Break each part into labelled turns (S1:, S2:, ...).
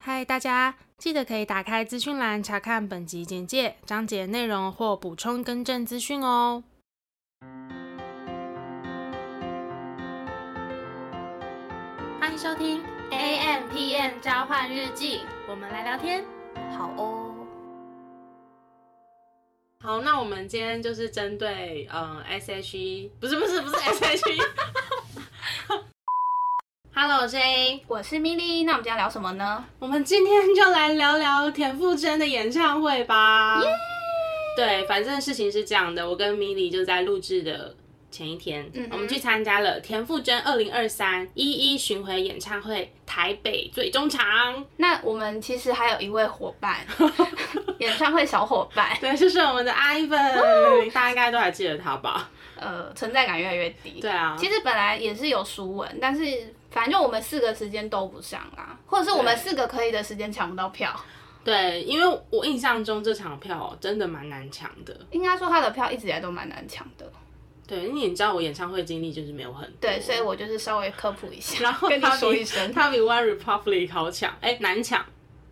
S1: 嗨，大家记得可以打开资讯栏查看本集简介、章节内容或补充更正资讯哦。欢迎收听 A M P M 交换日记，我们来聊天。
S2: 好哦，
S1: 好，那我们今天就是针对嗯 S H E，不是不是不是 S H E。Hello，我是 A。
S2: 我是米莉，那我们今天聊什么呢？
S1: 我们今天就来聊聊田馥甄的演唱会吧。对，反正事情是这样的，我跟米莉就在录制的前一天，
S2: 嗯哼
S1: 我们去参加了田馥甄二零二三一一巡回演唱会台北最终场。
S2: 那我们其实还有一位伙伴， 演唱会小伙伴，
S1: 对，就是我们的 Ivan，大家应该都还记得他吧？
S2: 呃，存在感越来越低。
S1: 对啊，
S2: 其实本来也是有熟文，但是反正就我们四个时间都不上啦，或者是我们
S1: 对
S2: 四个可以的时间抢不到票。
S1: 对，因为我印象中这场票真的蛮难抢的。
S2: 应该说他的票一直以来都蛮难抢的，
S1: 对，因为你知道我演唱会经历就是没有很多
S2: 对，所以我就是稍微科普一下，
S1: 然后
S2: 跟你
S1: 他
S2: 说
S1: 比
S2: 一声。
S1: 他比 One Republic 好抢，哎、难抢。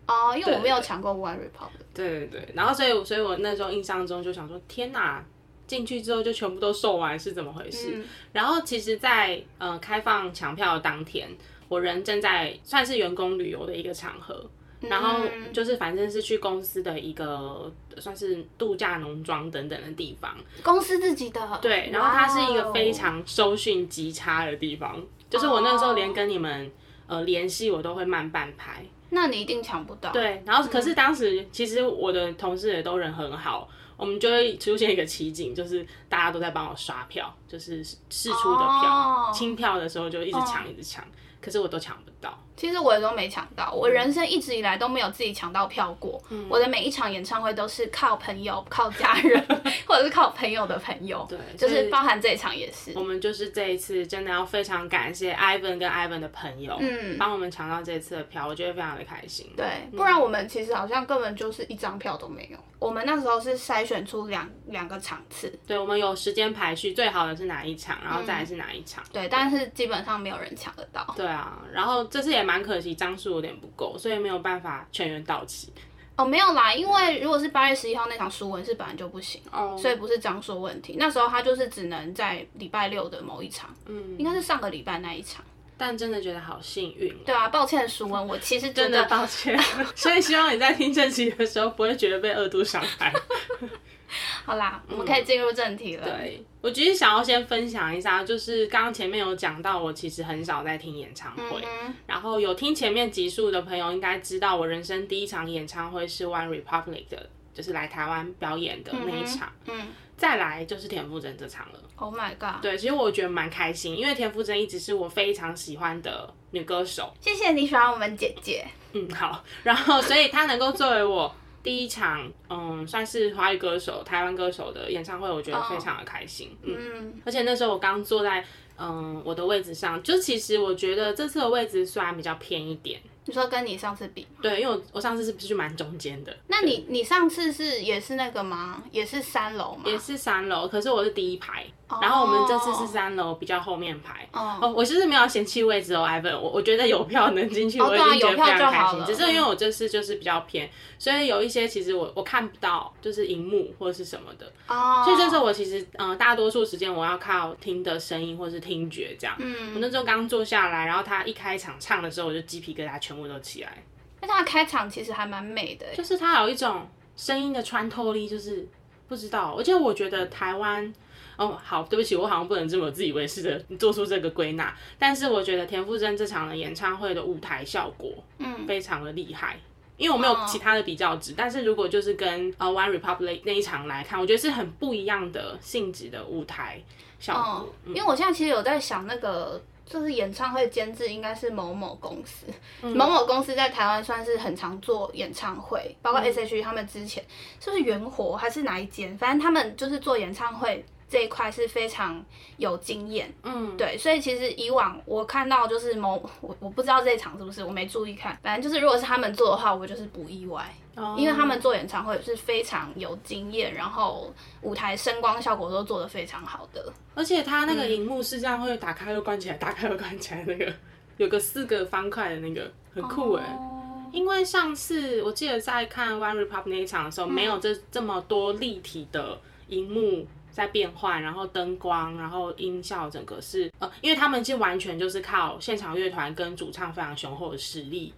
S2: 哦，因为我
S1: 对
S2: 没有抢过 One Republic，
S1: 对对对，然后所以我所以我那时候印象中就想说，天哪，进去之后就全部都售完是怎么回事？
S2: 嗯
S1: 然后其实在，呃开放抢票的当天，我人正在算是员工旅游的一个场合。然后
S2: 嗯
S1: 就是，反正是去公司的一个算是度假农庄等等的地方，
S2: 公司自己的。
S1: 对。然后它是一
S2: 哇
S1: 个
S2: 哦
S1: 非常收讯极差的地方，就是我那时候连跟你们呃联系我都会慢半拍，
S2: 那你一定抢不到。
S1: 对，然
S2: 嗯
S1: 后可是当时其实我的同事也都人很好，我们就会出现一个奇景，就是大家都在帮我刷票，就是试出的
S2: 哦嗯
S1: 票，清票的时候就一直抢，一直抢，可是我都抢不到。
S2: 其实我也都没抢到，我人生一直以来都没有自己抢到票过。我的每一场演唱会都是靠朋友、 靠家人，或者是靠朋友的朋友，
S1: 对嗯
S2: 就
S1: 所
S2: 是
S1: 以
S2: 包含这一场也是
S1: 我。们就是这一次真的要非常感谢 Ivan 跟 Ivan 的朋友，
S2: 嗯
S1: 帮我们抢到这次的票，我觉得非常的开心。
S2: 对，不然我们其实好像根本就是一张票都没有。我们那时候是筛选出两两个场次，
S1: 对，我们有时间排序，最好的是哪一场，然后再来是哪一场。
S2: 嗯对，但是基本上没有人抢得到。
S1: 对啊，然后这次也蛮可惜，张数有点不够，所以没有办法全员到齐。
S2: 哦，没有啦，因为如果是八月十一号那场书文是本来就不行，
S1: 哦
S2: 所以不是张硕问题。那时候他就是只能在礼拜六的某一场，嗯，应该是上个礼拜那一场。
S1: 但真的觉得好幸运哦、
S2: 对啊，抱歉，熟文，我其实觉
S1: 真的
S2: 得
S1: 抱歉， 所以希望你在听这集的时候不会觉得被二度伤害。
S2: 好啦，我们可以进入正题了。
S1: 嗯对我其实想要先分享一下，就是刚刚前面有讲到，我其实很少在听演唱会，
S2: 嗯，
S1: 然后有听前面集数的朋友应该知道，我人生第一场演唱会是 One Republic 的，就是来台湾表演的那一场，
S2: 嗯
S1: 再来就是田馥甄这场了。
S2: ，Oh my god！
S1: 对，其实我觉得蛮开心，因为田馥甄一直是我非常喜欢的女歌手。
S2: 谢谢你喜欢我们姐姐。
S1: 嗯，好。然后，所以他能够作为我第一场，嗯，算是华语歌手、台湾歌手的演唱会，我觉得非常的开心。嗯，
S2: 哦嗯，
S1: 而且那时候我刚坐在，嗯，我的位置上，就其实我觉得这次的位置虽然比较偏一点，
S2: 你说跟你上次比，
S1: 对，因为我我上次是不是去蛮中间的，
S2: 那你你上次是也是那个吗？也是三楼吗？
S1: 也是三楼，可是我是第一排，
S2: 哦
S1: 然后我们这次是三楼比较后面排。
S2: 哦，
S1: 哦，我是没有嫌弃位置哦，Ivan，我我觉得有票能进去，我已经觉得
S2: 对啊
S1: 非
S2: 有票
S1: 常
S2: 就
S1: 开
S2: 好
S1: 心。
S2: 了
S1: 只是因为我这次就是比较偏，所以有一些其实我我看不到，就是荧幕或是什么的。
S2: 哦，
S1: 所以这时候我其实呃大多数时间我要靠听的声音或是听觉这样。我
S2: 嗯，
S1: 那时候刚坐下来，然后他一开场唱的时候，我就鸡皮疙瘩全部都起来，
S2: 那他的开场其实还蛮美的欸，
S1: 就是他有一种声音的穿透力，就是不知道，而且我觉得台湾。哦，好，对不起，我好像不能这么自以为是的做出这个归纳，但是我觉得田馥甄这场的演唱会的舞台效果
S2: 嗯，
S1: 非常的厉害，因为我没有
S2: 哦
S1: 其他的比较值，但是如果就是跟呃 One Republic 那一场来看，我觉得是很不一样的性质的舞台效
S2: 哦
S1: 果，，
S2: 因为我现在其实有在想那个。就是演唱会监制应该是某某公司，
S1: 嗯
S2: 某某公司在台湾算是很常做演唱会，包括
S1: 嗯
S2: S.H.E 他们之前、是不是元活还是哪一间，反正他们就是做演唱会这一块是非常有经验。
S1: 嗯，
S2: 对，所以其实以往我看到就是某我我不知道这一场是不是我没注意看，反正就是如果是他们做的话，我就是不意外，
S1: 哦
S2: 因为他们做演唱会是非常有经验，然后舞台声光效果都做得非常好的。
S1: 而且他
S2: 嗯
S1: 那个荧幕是这样会打开又关起来，打开又关起来那个，有个四个方块的那个，很酷哎、
S2: 哦
S1: 因为上次我记得在看 One Republic 那一场的时候，没有这这么多立体的荧幕在变换，然后灯光，然后音效，整个是呃，因为他们是完全就是靠现场乐团跟主唱非常雄厚的实力。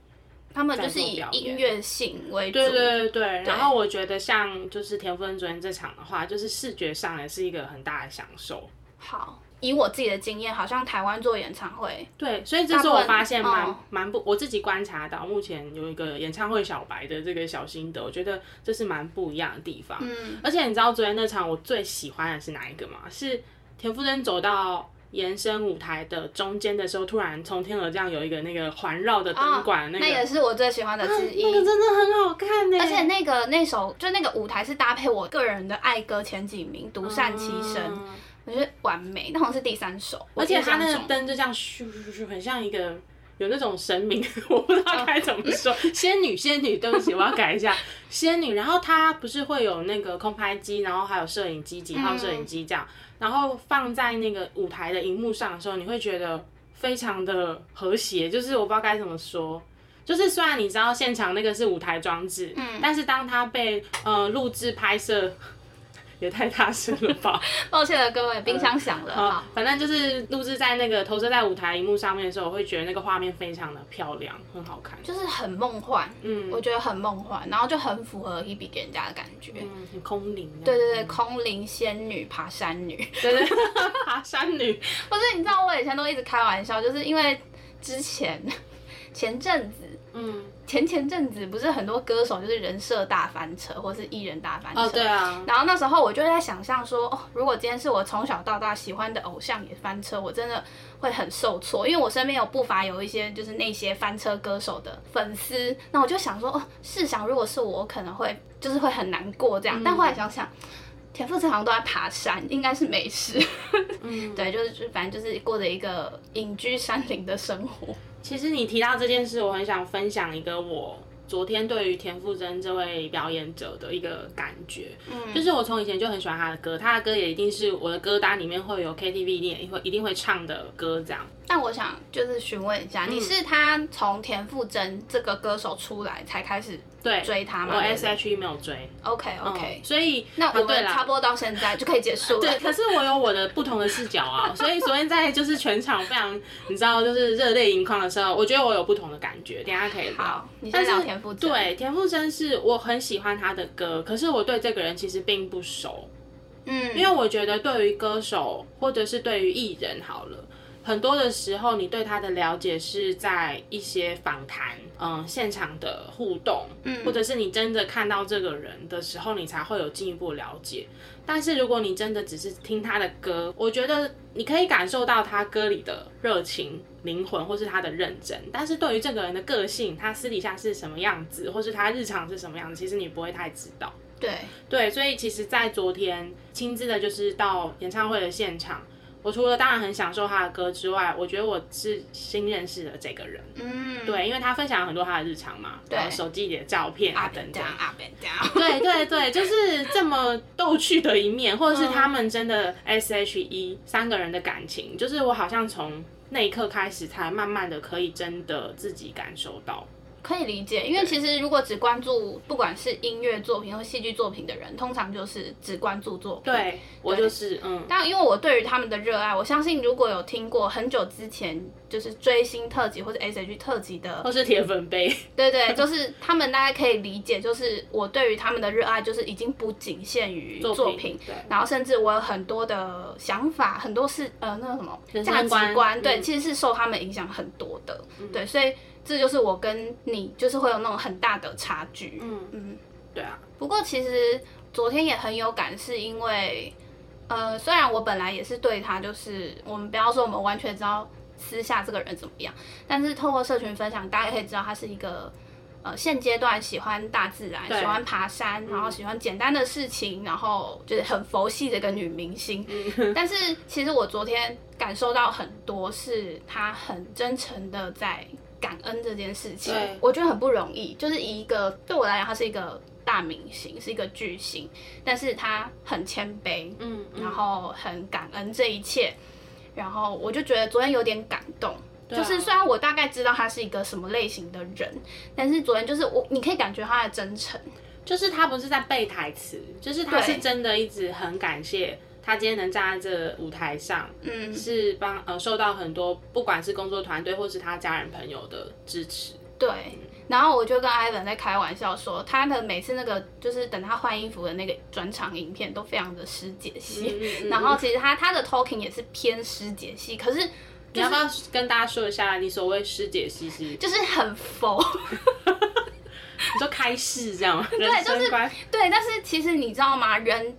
S2: 他们就是以
S1: 在做表演
S2: 音乐性为主，
S1: 对对对对。然后我觉得像就是田馥甄昨天这场的话，就是视觉上也是一个很大的享受。
S2: 好，以我自己的经验，好像台湾做演唱会，
S1: 对，所以这是我发现
S2: 大部分
S1: 蛮
S2: 哦
S1: 蛮不，我自己观察到，目前有一个演唱会小白的这个小心得，我觉得这是蛮不一样的地方。
S2: 嗯，
S1: 而且你知道昨天那场我最喜欢的是哪一个吗？是田馥甄走到延伸舞台的中间的时候，突然从天而降有一个那个环绕的灯管，
S2: 哦那
S1: 啊那个、啊
S2: 也是我最喜欢的之一。
S1: 那个真的很好看呢、嗯
S2: 而且那个那首就那个舞台是搭配我个人的爱歌前几名，《独善其身》
S1: 嗯
S2: 我觉得完美。那好像是第三首，
S1: 而且它
S2: 他
S1: 那个灯就这样咻咻咻，很像一个有那种神明， 我不知道该怎么 说，仙女仙女，对不起，我要改一下，仙女。然后它不是会有那个空拍机，然后还有摄影机，几号摄影机这样，然后放在那个舞台的荧幕上的时候，你会觉得非常的和谐，就是我不知道该怎么说。就是虽然你知道现场那个是舞台装置，嗯，但是当它被呃录制拍摄， 也太大声了吧，
S2: 抱歉了各位，冰箱响了，好
S1: 啊，反正就是录制在那个投射在舞台荧幕上面的时候，我会觉得那个画面非常的漂亮，很好看，
S2: 就是很梦幻，
S1: 嗯
S2: 我觉得很梦幻，然后就很符合一比给人家的感觉。
S1: 嗯，很空灵。
S2: 对对对，空灵仙女、爬山女，
S1: 对对对， 爬山女，
S2: 不是你知道我以前都一直开玩笑，就是因为之前 前阵子
S1: 嗯，
S2: 前前阵子不是很多歌手就是人设大翻车，或是艺人大翻车。
S1: 哦对啊，
S2: 然后那时候我就在想象说，哦，如果今天是我从小到大喜欢的偶像也翻车，我真的会很受挫，因为我身边有不乏有一些就是那些翻车歌手的粉丝。那我就想说，哦，试想如果是我，我可能会就是会很难过这样。但后来想想，田馥甄好像都在爬山，应该是没事。
S1: 嗯，
S2: 对，就是就反正就是过着一个隐居山林的生活。
S1: 其实你提到这件事，我很想分享一个我昨天对于田馥甄这位表演者的一个感觉，嗯，就是我从以前就很喜欢他的歌，他的歌也一定是我的歌单里面会有 KTV 一定也会一定会唱的歌这样。
S2: 但我想就是询问一下，
S1: 嗯
S2: 你是他从田馥甄这个歌手出来才开始
S1: 对
S2: 追他吗？
S1: 我 S.H.E 没有追
S2: OK OK，、
S1: 嗯所以
S2: 那我
S1: 啊对
S2: 们
S1: 啦
S2: 差不多到现在就可以结束了。
S1: 对，可是我有我的不同的视角啊，所以昨天在就是全场非常，你知道，就是热泪盈眶的时候，我觉得我有不同的感觉，等一下可以聊
S2: 好。你先
S1: 但是
S2: 聊田馥甄
S1: 对，田馥甄是我很喜欢他的歌，可是我对这个人其实并不熟，
S2: 嗯，
S1: 因为我觉得对于歌手或者是对于艺人好了。很多的时候，你对他的了解是在一些访谈，嗯，现场的互动，嗯，或者是你真的看到这个人的时候，你才会有进一步了解。但是如果你真的只是听他的歌，我觉得你可以感受到他歌里的热情、灵魂，或是他的认真。但是对于这个人的个性，他私底下是什么样子，或是他日常是什么样子，其实你不会太知道。
S2: 对，
S1: 对，所以其实，在昨天亲自的，就是到演唱会的现场，我除了当然很享受他的歌之外，我觉得我是新认识了这个人。
S2: 嗯，
S1: 对，因为他分享了很多他的日常嘛，
S2: 对
S1: 然后手机里的照片啊
S2: up
S1: 等
S2: and
S1: 等。
S2: down up and down，
S1: 对对对，就是这么逗趣的一面，或者是他们真的 S H E 三个人的感情，就是我好像从那一刻开始，才慢慢的可以真的自己感受到。
S2: 可以理解。因为其实如果只关注不管是音乐作品或戏剧作品的人，通常就是只关注作品。
S1: 对我就是嗯，
S2: 但因为我对于他们的热爱，我相信如果有听过很久之前就是追星特辑或者 S H 特辑的
S1: 都是铁粉杯。
S2: 对 对，就是他们大概可以理解，就是我对于他们的热爱，就是已经不仅限于
S1: 作
S2: 作
S1: 品对
S2: 然后甚至我有很多的想法，很多是呃那个什么
S1: 人生
S2: 价值
S1: 观
S2: 观，对，
S1: 嗯
S2: 其实是受他们影响很多的，对，所以这就是我跟你就是会有那种很大的差距，嗯嗯，
S1: 对啊，
S2: 不过其实昨天也很有感，是因为，呃，虽然我本来也是对他，就是我们不要说我们完全知道私下这个人怎么样，但是透过社群分享，大家可以知道他是一个。呃，现阶段喜欢大自然，
S1: 对
S2: 喜欢爬山，然后喜欢简单的事情，然后就是很佛系的一个女明星。但是其实我昨天感受到很多，是她很真诚的在感恩这件事情
S1: 对，
S2: 我觉得很不容易。就是以一个对我来讲，她是一个大明星，是一个巨星，但是她很谦卑，
S1: 嗯，嗯
S2: 然后很感恩这一切，然后我就觉得昨天有点感动。
S1: 啊
S2: 就是虽然我大概知道他是一个什么类型的人，但是昨天就是我，你可以感觉他的真诚。
S1: 就是他不是在背台词，就是他
S2: 对
S1: 是真的一直很感谢他今天能站在这舞台上，
S2: 嗯，
S1: 是帮呃受到很多不管是工作团队或是他家人朋友的支持。
S2: 对。然后我就跟 Ivan 在开玩笑说，他的每次那个就是等他换衣服的那个转场影片都非常的师姐系，
S1: 嗯
S2: 然后其实他他的 talking 也是偏师姐系，可是
S1: 你要不要跟大家说一下你所谓师姐西西？
S2: 就是很佛。
S1: 你说开市这 样吗？对
S2: 就是对，但是其实你知道吗？人，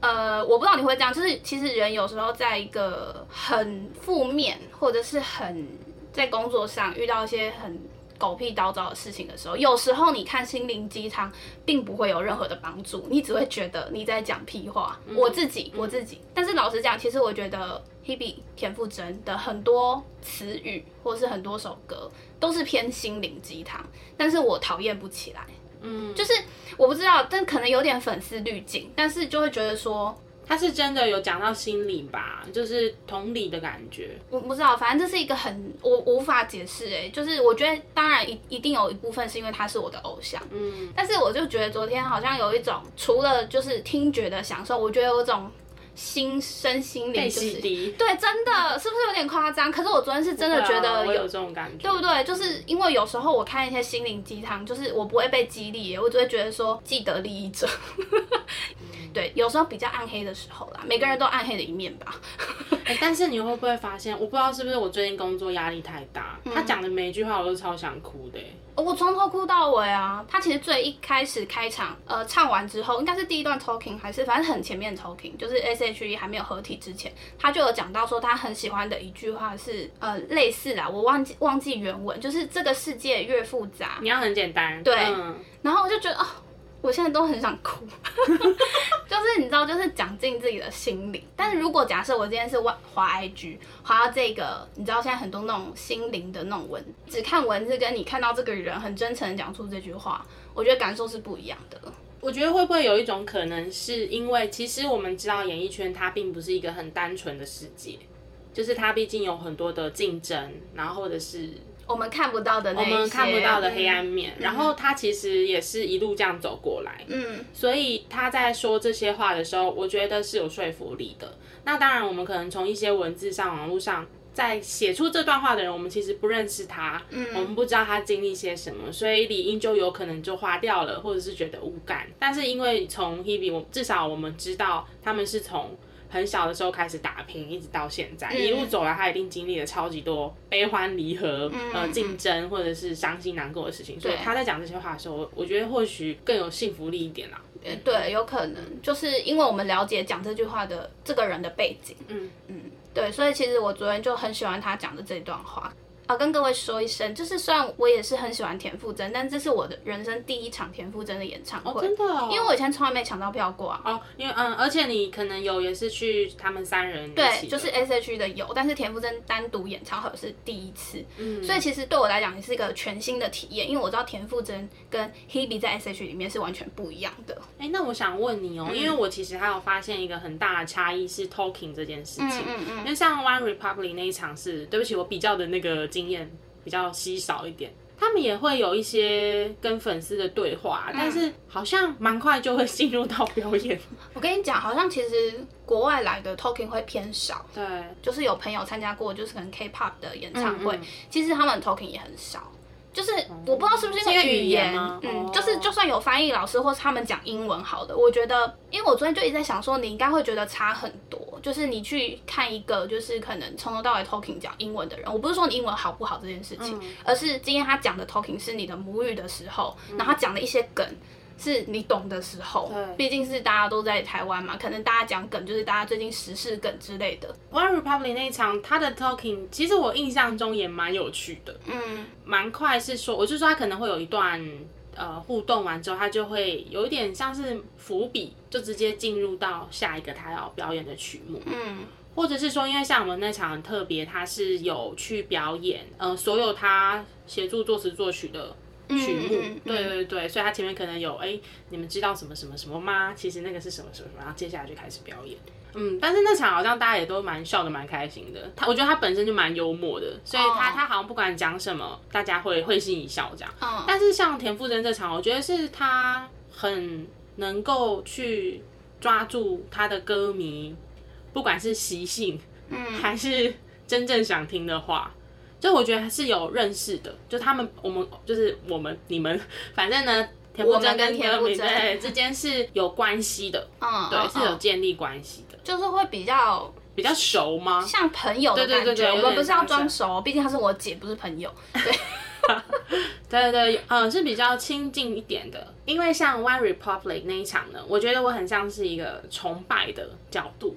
S2: 呃，我不知道你会这样，就是其实人有时候在一个很负面，或者是很在工作上遇到一些很狗屁叨叨的事情的时候，有时候你看心灵鸡汤，并不会有任何的帮助，你只会觉得你在讲屁话。我自己，我自己。但是老实讲，其实我觉得 Hebe 田馥甄的很多词语，或是很多首歌，都是偏心灵鸡汤，但是我讨厌不起来。嗯，就是我不知道，但可能有点粉丝滤镜，但是就会觉得说，
S1: 他是真的有讲到心里吧，就是同理的感觉。
S2: 我不知道，反正这是一个很我我无法解释哎、就是我觉得当然一一定有一部分是因为他是我的偶像，嗯，但是我就觉得昨天好像有一种除了就是听觉的享受，我觉得有一种心身心灵
S1: 被
S2: 就是
S1: 洗涤
S2: 对，真的是不是有点夸张？可是我昨天是真的觉
S1: 对啊
S2: 得
S1: 我
S2: 有
S1: 有这种感觉，
S2: 对不对？就是因为有时候我看一些心灵鸡汤，就是我不会被激励耶，我只会觉得说既得利益者。 对，有时候比较暗黑的时候啦，每个人都有暗黑的一面吧。
S1: 哎、但是你会不会发现，我不知道是不是我最近工作压力太大，
S2: 嗯
S1: 他讲的每一句话我都超想哭的、欸
S2: 哦我从头哭到尾啊！他其实最一开始开场，呃，唱完之后，应该是第一段 talking 还是反正很前面的 talking，就是 S H E 还没有合体之前，他就有讲到说他很喜欢的一句话是，呃，类似啦，我忘记忘记原文，就是这个世界越复杂，
S1: 你要很简单，
S2: 对
S1: 嗯
S2: 然后我就觉得哦，我现在都很想哭， 就是你知道，就是讲进自己的心里。但是如果假设我今天是滑滑 IG，滑到这个，你知道现在很多那种心灵的那种文，只看文字跟你看到这个人很真诚的讲出这句话，我觉得感受是不一样的。
S1: 我觉得会不会有一种可能，是因为其实我们知道演艺圈它并不是一个很单纯的世界，就是它毕竟有很多的竞争，然后或者是
S2: 我们看不到的那
S1: 我
S2: 一些，
S1: 们看不到的黑暗面，然后他其实也是一路这样走过来，
S2: 嗯，
S1: 所以他在说这些话的时候，我觉得是有说服力的。那当然，我们可能从一些文字上、网络上，在写出这段话的人，我们其实不认识他，嗯，我们不知道他经历些什么，所以理应就有可能就花掉了，或者是觉得无感。但是因为从 Hebe，我至少我们知道他们是从。很小的时候开始打拼，一直到现在，一路走来，他一定经历了超级多悲欢离合、呃竞争或者是伤心难过的事情。所以他在讲这些话的时候，我我觉得或许更有信服力一点啦。
S2: 嗯，对，有可能就是因为我们了解讲这句话的这个人的背景，
S1: 嗯
S2: 嗯，对，所以其实我昨天就很喜欢他讲的这段话。啊，跟各位说一声，就是虽然我也是很喜欢田馥甄，但这是我的人生第一场田馥甄的演唱会，
S1: 真的哦
S2: 因为我以前从来没抢到票过啊。
S1: 哦，因为嗯，而且你可能有也是去他们三人对
S2: 对，就是 S H E 的有，但是田馥甄单独演唱会是第一次，
S1: 嗯
S2: 所以其实对我来讲也是一个全新的体验，因为我知道田馥甄跟 Hebe 在 S H E 里面是完全不一样的。
S1: 哎、那我想问你哦、
S2: 嗯
S1: 因为我其实还有发现一个很大的差异是 talking 这件事情，
S2: 嗯嗯
S1: 因为像 One Republic 那一场是，对不起，我比较的那个经验比较稀少一点。他们也会有一些跟粉丝的对话，
S2: 嗯
S1: 但是好像蛮快就会进入到表演。
S2: 我跟你讲，好像其实国外来的 talking 会偏少，
S1: 对，
S2: 就是有朋友参加过，就是可能 K-pop 的演唱会，
S1: 嗯嗯哦
S2: 其实他们 talking 也很少。就是我不知道是不是因
S1: 是因为
S2: 为
S1: 语
S2: 语
S1: 言
S2: 言，
S1: 吗
S2: 嗯，
S1: 哦
S2: 就是就算有翻译老师或是他们讲英文好的，我觉得，因为我昨天就一直在想说，你应该会觉得差很多。就是你去看一个，就是可能从头到尾 talking 讲英文的人，我不是说你英文好不好这件事
S1: 嗯
S2: 情，而是今天他讲的 talking 是你的母语的时候，然后他讲的一些梗。是你懂的时候
S1: 嗯对，
S2: 毕竟是大家都在台湾嘛，可能大家讲梗就是大家最近时事梗之类的，
S1: One Republic 那一场，他的 talking 其实我印象中也蛮有趣的，
S2: 嗯，
S1: 蛮快是说，我就说他可能会有一段呃互动完之后，他就会有一点像是伏笔，就直接进入到下一个他要表演的曲目，
S2: 嗯，
S1: 或者是说，因为像我们那场很特别，他是有去表演，呃，所有他协助作词作曲的。曲目，
S2: 嗯嗯嗯
S1: 对对对，所以他前面可能有哎、你们知道什么什么什么吗？其实那个是什么什么什么，然后接下来就开始表演。嗯，但是那场好像大家也都蛮笑的，蛮开心的。他我觉得他本身就蛮幽默的，所以他、
S2: 哦
S1: 他好像不管讲什么，大家会会心一笑这样。
S2: 嗯
S1: 但是像田馥甄这场，我觉得是他很能够去抓住他的歌迷，不管是习性
S2: 嗯
S1: 还是真正想听的话，就我觉得是有认识的，就他们我们就是我们你们， 反正呢，田馥甄
S2: 我们跟田
S1: 歌迷
S2: 馥甄
S1: 对之间是有关系的，
S2: 嗯，
S1: 对，是有
S2: 嗯
S1: 建立关系的，
S2: 就是会比较
S1: 比较熟吗？
S2: 像朋友
S1: 对
S2: 的
S1: 对
S2: 感
S1: 对对
S2: 觉。
S1: 有
S2: 我
S1: 点
S2: 们不是要
S1: 像
S2: 装
S1: 是
S2: 熟，毕竟她是我姐，不是朋友。
S1: 对对对，嗯，是比较亲近一点的。因为像 One Republic 那一场呢，我觉得我很像是一个崇拜的角度。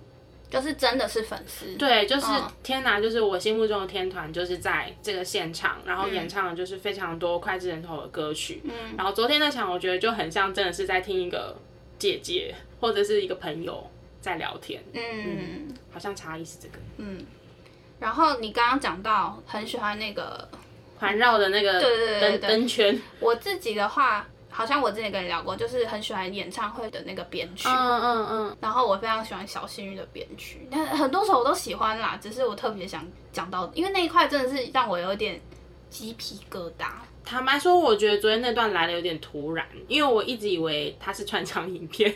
S2: 就是真的是粉丝。
S1: 对，就是、
S2: 嗯
S1: 天哪，就是我心目中的天团，就是在这个现场，然后演唱的就是非常多脍炙人口的歌曲。
S2: 嗯
S1: 然后昨天那场，我觉得就很像真的是在听一个姐姐或者是一个朋友在聊天，
S2: 嗯
S1: 好像差异是这个
S2: 嗯。然后你刚刚讲到很喜欢那个，
S1: 环绕的那个
S2: 对对对对
S1: 灯
S2: 对
S1: 灯圈。
S2: 我自己的话，好像我之前跟你聊过，就是很喜欢演唱会的那个编曲。
S1: 嗯嗯嗯，
S2: 然后我非常喜欢小幸运的编曲，但很多首我都喜欢啦，只是我特别想讲到，因为那一块真的是让我有点鸡皮疙瘩。
S1: 坦白说，我觉得昨天那段来的有点突然，因为我一直以为它是串场影片。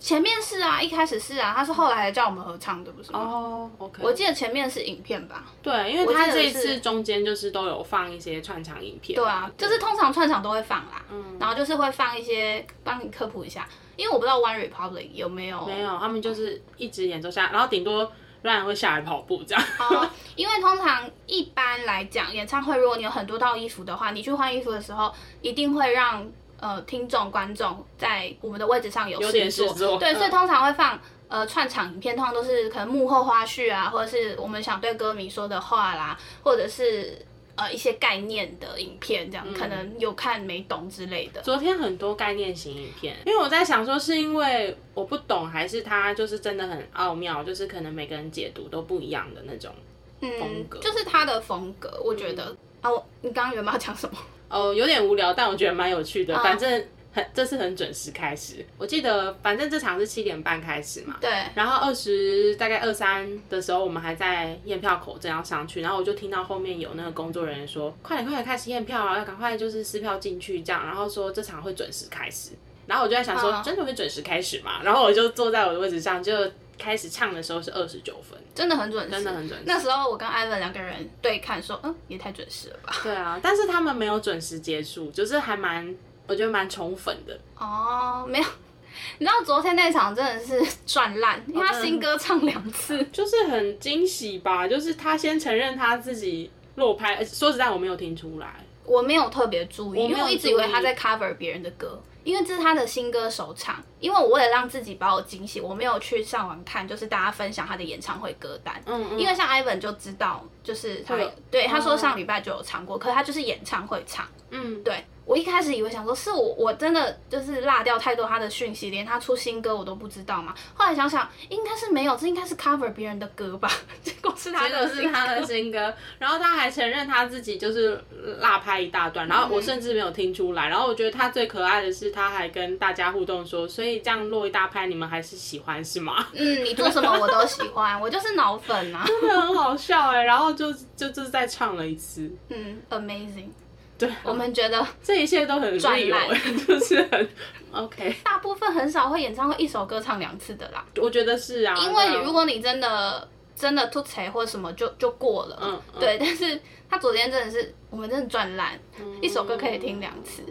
S2: 前面是啊，一开始是啊，他是后来还叫我们合唱的，不是 吗？
S1: 哦，OK，
S2: 我记得前面是影片吧？
S1: 对，因为它
S2: 记得
S1: 这一
S2: 是
S1: 次中间就是都有放一些串场影片。
S2: 对啊，就是通常串场都会放啦，然后就是会放一些帮你科普一下，因为我不知道 One Republic 有没有
S1: 没有，他们就是一直演奏下来，然后顶多让人会下来跑步这样。
S2: 哦， 因为通常一般来讲，演唱会如果你有很多套衣服的话，你去换衣服的时候，一定会让呃听众观众在我们的位置上有
S1: 有点
S2: 事
S1: 事做
S2: 对，
S1: 嗯
S2: 所以通常会放呃串场影片，通常都是可能幕后花絮啊，或者是我们想对歌迷说的话啦，或者是。呃，一些概念的影片，这
S1: 嗯
S2: 样、可能有看没懂之类的。
S1: 昨天很多概念型影片，因为我在想说，是因为我不懂，还是它就是真的很奥妙，就是可能每个人解读都不一样的那种。
S2: 嗯
S1: 风格，嗯
S2: 就是他的风格，我觉得、啊，我你刚刚原本要讲什么？
S1: 哦，有点无聊，但我觉得蛮有趣的。反正很，这次很准时开始。我记得，反正这场是七点半开始嘛。
S2: 对，
S1: 然后二十大概二三的时候，我们还在验票口正要上去，然后我就听到后面有那个工作人员说：“快点，快点，开始验票啊，要赶快就是撕票进去这样。”然后说这场会准时开始。然后我就在想说，
S2: 嗯
S1: 真的会准时开始吗？然后我就坐在我的位置上，就开始唱的时候是二十九分，
S2: 真的很准时，
S1: 真的很准时。
S2: 那时候我跟艾文两个人对看，说，嗯，也太准时了吧。
S1: 对啊，但是他们没有准时结束，就是还蛮我觉得蛮宠粉的。
S2: 哦，没有，你知道昨天那场真的哦是 赚烂，因为他
S1: 真的
S2: 新歌唱两次，
S1: 就是很惊喜吧，就是他先承认他自己落拍，呃说实在我没有听出来。
S2: 我没有特别注意，
S1: 我没
S2: 因
S1: 有
S2: 为我一直以为
S1: 注意
S2: 他在 cover 别人的歌。因为这是他的新歌首唱，因为我为了让自己把我惊喜，我没有去上网看，就是大家分享他的演唱会歌单。
S1: 嗯嗯
S2: 因为像 Ivan 就知道，就是他嗯
S1: 会有
S2: 对他说
S1: 哦
S2: 上礼拜就有唱过，可是他就是演唱会唱。
S1: 嗯，
S2: 对我一开始以为想说是我我真的就是落掉太多他的讯息，连他出新歌我都不知道嘛。后来想想应该是没有，这应该是 cover 别人的歌吧， 结果是他
S1: 结果
S2: 的
S1: 是
S2: 新
S1: 他 的
S2: 歌
S1: 新歌，然后他还承认他自己就是落拍一大段，然
S2: 嗯
S1: 后我甚至没有听出来。然后我觉得他最可爱的是，他还跟大家互动说，所以这样落一大拍，你们还是喜欢是吗？
S2: 嗯，你做什么我都喜欢，我就是脑粉啊，
S1: 真的很好笑哎、然后就就就是再唱了一次，
S2: 嗯，amazing。
S1: 对，
S2: 我们觉得
S1: 这一切都很 real，
S2: 烂
S1: 哎 就是很 OK。
S2: 大部分很少会演唱会一首歌唱两次的啦，
S1: 我觉得是啊，
S2: 因
S1: 对
S2: 为
S1: 啊
S2: 如果你真的真的吐槽或什么就就过了，
S1: 嗯嗯
S2: 对。但是他昨天真的是我们真的赚烂，
S1: 嗯
S2: 一首歌可以听两次。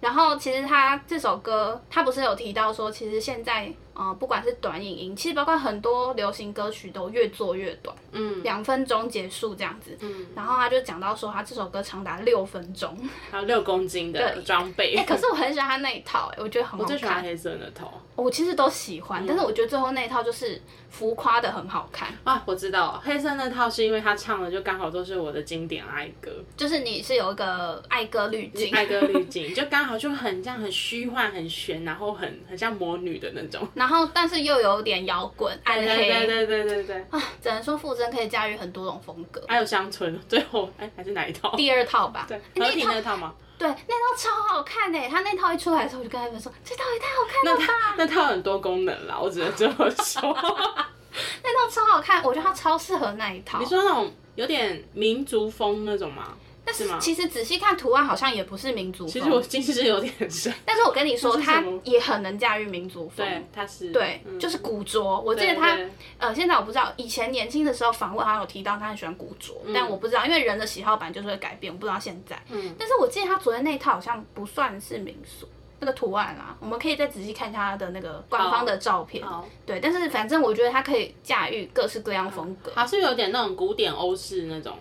S2: 然后其实他这首歌，他不是有提到说，其实现在呃，不管是短影音，其实包括很多流行歌曲都越做越短，
S1: 嗯
S2: 两分钟结束这样子。
S1: 嗯，
S2: 然后他就讲到说，他这首歌长达六分 钟。
S1: 还有六公斤的
S2: 对
S1: 装备。
S2: 哎、可是我很喜欢他那一套、哎，我觉得很
S1: 我
S2: 好
S1: 最喜欢嗯
S2: 看。
S1: 黑色的头
S2: 我其实都喜欢，但是我觉得最后那一套就是浮夸的很好看。
S1: 啊！我知道黑色那套是因为他唱的就刚好都是我的经典爱歌，
S2: 就是你是有一个爱歌滤镜，
S1: 爱歌滤镜就刚好就很这样很虚幻、很玄，然后很很像魔女的那种。
S2: 然后但是又有点摇滚、暗
S1: 对对
S2: 黑
S1: 对对对对，
S2: 啊，只能说傅征可以驾驭很多种风格。
S1: 还有乡村，最后哎还是哪一套？
S2: 第二套吧，
S1: 对，
S2: 那
S1: 合
S2: 一
S1: 体
S2: 套
S1: 那套吗？
S2: 对那套超好看诶、他那套一出来的时候，我就跟艾文说，这套也太好看了吧。
S1: 那套很多功能啦，我只能这么说。
S2: 套超好看，我觉得它超适合那一套。
S1: 你说那种有点民族风那种吗？
S2: 但
S1: 是吗
S2: 其实仔细看图案，好像也不是民族风。
S1: 其实我近视有点深。
S2: 但是我跟你说，
S1: 那是什
S2: 它
S1: 么
S2: 也很能驾驭民族风。
S1: 对，他是
S2: 对，
S1: 嗯
S2: 就是古着。我记
S1: 对
S2: 得他
S1: 对
S2: 呃，现在我不知道，以前年轻的时候访问好像有提到他很喜欢古着，
S1: 嗯
S2: 但我不知道，因为人的喜好版就是会改变，我不知道现在。嗯。但是我记得他昨天那一套好像不算是民俗那个图案啊，我们可以再仔细看一下他的那个官方的照片。
S1: 好
S2: 对，但是反正我觉得他可以驾驭各式各样风格，
S1: 好像有点那种古典欧式那种。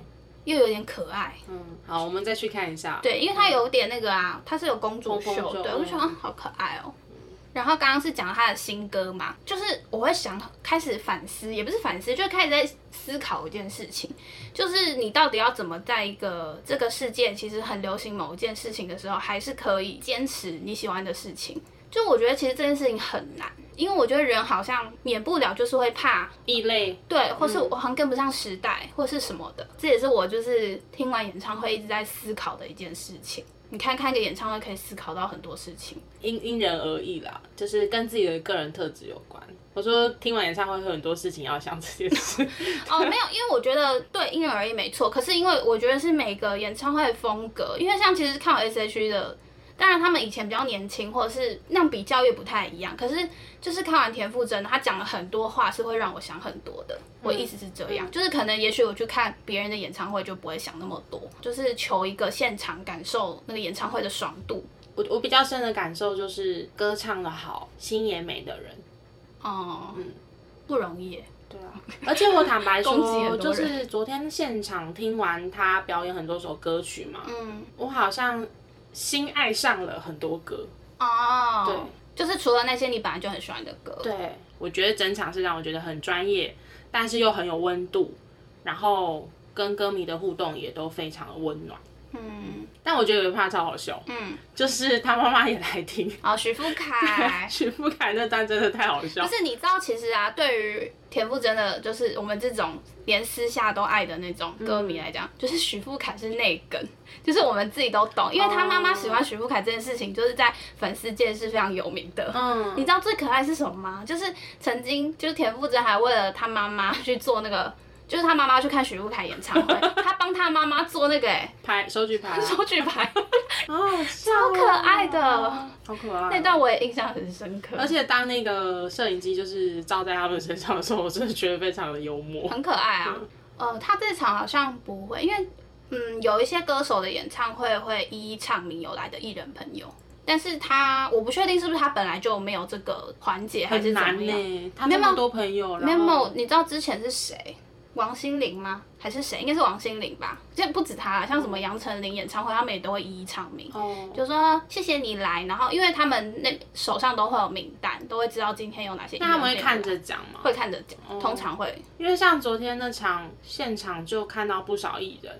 S2: 又有点可爱。
S1: 嗯，好，我们再去看一下。
S2: 对，因为它有点那个啊，它是有公主
S1: 公主
S2: 袖，
S1: 袖
S2: 对，我就觉得、啊好可爱哦。然后刚刚是讲他的新歌嘛，就是我会想开始反思，也不是反思，就开始在思考一件事情，就是你到底要怎么在一个这个世界其实很流行某一件事情的时候，还是可以坚持你喜欢的事情。就我觉得其实这件事情很难，因为我觉得人好像免不了就是会怕
S1: 异类，
S2: 对，或是我好像跟不上时代，或是什么的，这也是我就是听完演唱会一直在思考的一件事情。你看看一个演唱会，可以思考到很多事情。
S1: 因因人而异啦，就是跟自己的个人特质有关。我说听完演唱会会有很多事情要想这件事。
S2: 哦，没有，因为我觉得对因人而异，没错。可是因为我觉得是每个演唱会的风格，因为像其实看我 S H E 的，当然他们以前比较年轻，或者是那样比较也不太一样。可是就是看完田馥甄，他讲了很多话是会让我想很多的。我意思是这样，就是可能也许我去看别人的演唱会就不会想那么多，就是求一个现场感受那个演唱会的爽度。
S1: 我我比较深的感受就是，歌唱的好，心也美的人。
S2: 哦、不容易耶。
S1: 对啊，而且我坦白
S2: 攻击
S1: 说，
S2: 很
S1: 就
S2: 多人
S1: 是昨天现场听完他表演很多首歌曲嘛，
S2: 嗯，
S1: 我好像心爱上了很多歌。
S2: 哦，对，就是除了那些你本来就很喜欢的歌，
S1: 对，我觉得整场是让我觉得很专业，但是又很有温度，然后跟歌迷的互动也都非常的温暖。
S2: 嗯
S1: 但我觉得有一趴超好笑，
S2: 嗯。
S1: 就是他妈妈也来 听，。
S2: 好，徐富凯
S1: 徐富凯那段真的太好笑
S2: 就。是你知道，其实啊，对于田馥甄的，就是我们这种连私下都爱的那种歌
S1: 嗯
S2: 迷来讲，就是徐富凯是内梗，就是我们自己都懂，因为他妈妈
S1: 哦
S2: 喜欢徐富凯这件事情，就是在粉丝界是非常有名的。
S1: 嗯
S2: 你知道最可爱是什么吗？就是曾经，就是田馥甄还为了他妈 妈去做那个，就是他妈妈去看徐富凯演唱会，他帮他妈妈做那个、欸、
S1: 拍手举牌，
S2: 收据 牌，
S1: 哦，
S2: 超
S1: 超
S2: 可爱的。
S1: 好可爱。
S2: 那段我也印象很深刻，
S1: 而且当那个摄影机就是照在他们身上的时候，我真的觉得非常的幽默。
S2: 很可爱啊。呃，他这场好像不会，因为嗯，有一些歌手的演唱会会一一唱名有来的艺人朋友，但是他我不确定是不是他本来就没有这个环节还
S1: 很
S2: 是怎
S1: 难
S2: 么
S1: 呢、
S2: 样。
S1: 他那么多朋友，
S2: 没
S1: 然
S2: 有
S1: 后，
S2: 哦你知道之前是谁？王心凌吗？还是谁？应该是王心凌吧。这不止他啦，像什么杨丞琳演唱会，他们也都会一一唱名。
S1: 哦，
S2: 就说谢谢你来，然后因为他们那手上都会有名单，都会知道今天有哪些艺
S1: 那
S2: 人
S1: 他
S2: 朋
S1: 们
S2: 友来。
S1: 会看着讲吗？
S2: 会看着讲，通常会。
S1: 因为像昨天那场现场就看到不少艺人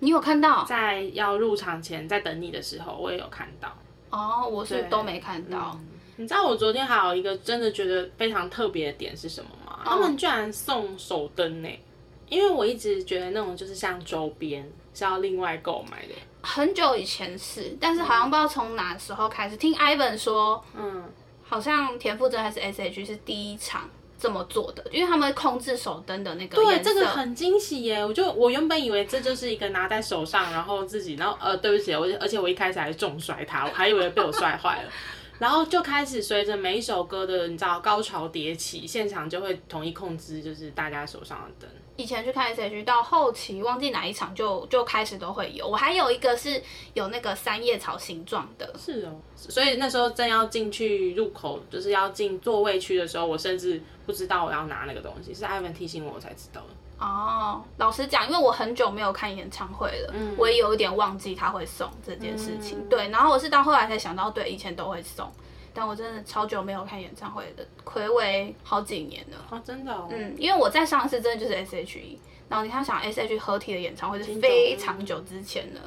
S2: 你有看到？
S1: 在要入场前在等你的时候，我也有看到。
S2: 哦，我是
S1: 对嗯
S2: 都没看到。
S1: 你知道我昨天还有一个真的觉得非常特别的点是什么吗？他们居然送手灯呢、欸因为我一直觉得那种就是像周边是要另外购买的。
S2: 很久以前是，但是好像不知道从哪时候开始，听 Ivan 说，
S1: 嗯，
S2: 好像田馥甄还是 S.H 是第一场这么做的，因为他们控制手灯的那个
S1: 对，
S2: 颜色
S1: 这个很惊喜耶！我就我原本以为这就是一个拿在手上，然后自己，然后呃，对不起，我而且我一开始还重摔它，我还以为被我摔坏了。然后就开始随着每一首歌的你知道高潮迭起，现场就会统一控制，就是大家手上的灯。
S2: 以前去看 S.H 到后期忘记哪一场就就开始都会有，我还有一个是有那个三叶草形状的，
S1: 是哦，所以那时候正要进去入口，就是要进座位区的时候，我甚至不知道我要拿那个东西，是艾文提醒我，我才知道的。
S2: 哦，老实讲，因为我很久没有看演唱会了，我也有一点忘记他会送这件事情。对，然后我是到后来才想到，对，以前都会送，但我真的超久没有看演唱会的，暌违好几年了。
S1: 哦，真的哦，
S2: 嗯，因为我在上一次真的就是 S H E，然后你看想 S H E 合体的演唱会是非常久之前了，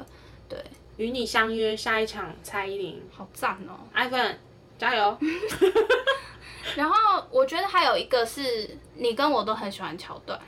S1: 与你相约下一场，蔡依林，
S2: 好赞哦。
S1: 艾文加油！
S2: 然后我觉得还有一个是你跟我都很喜欢桥段，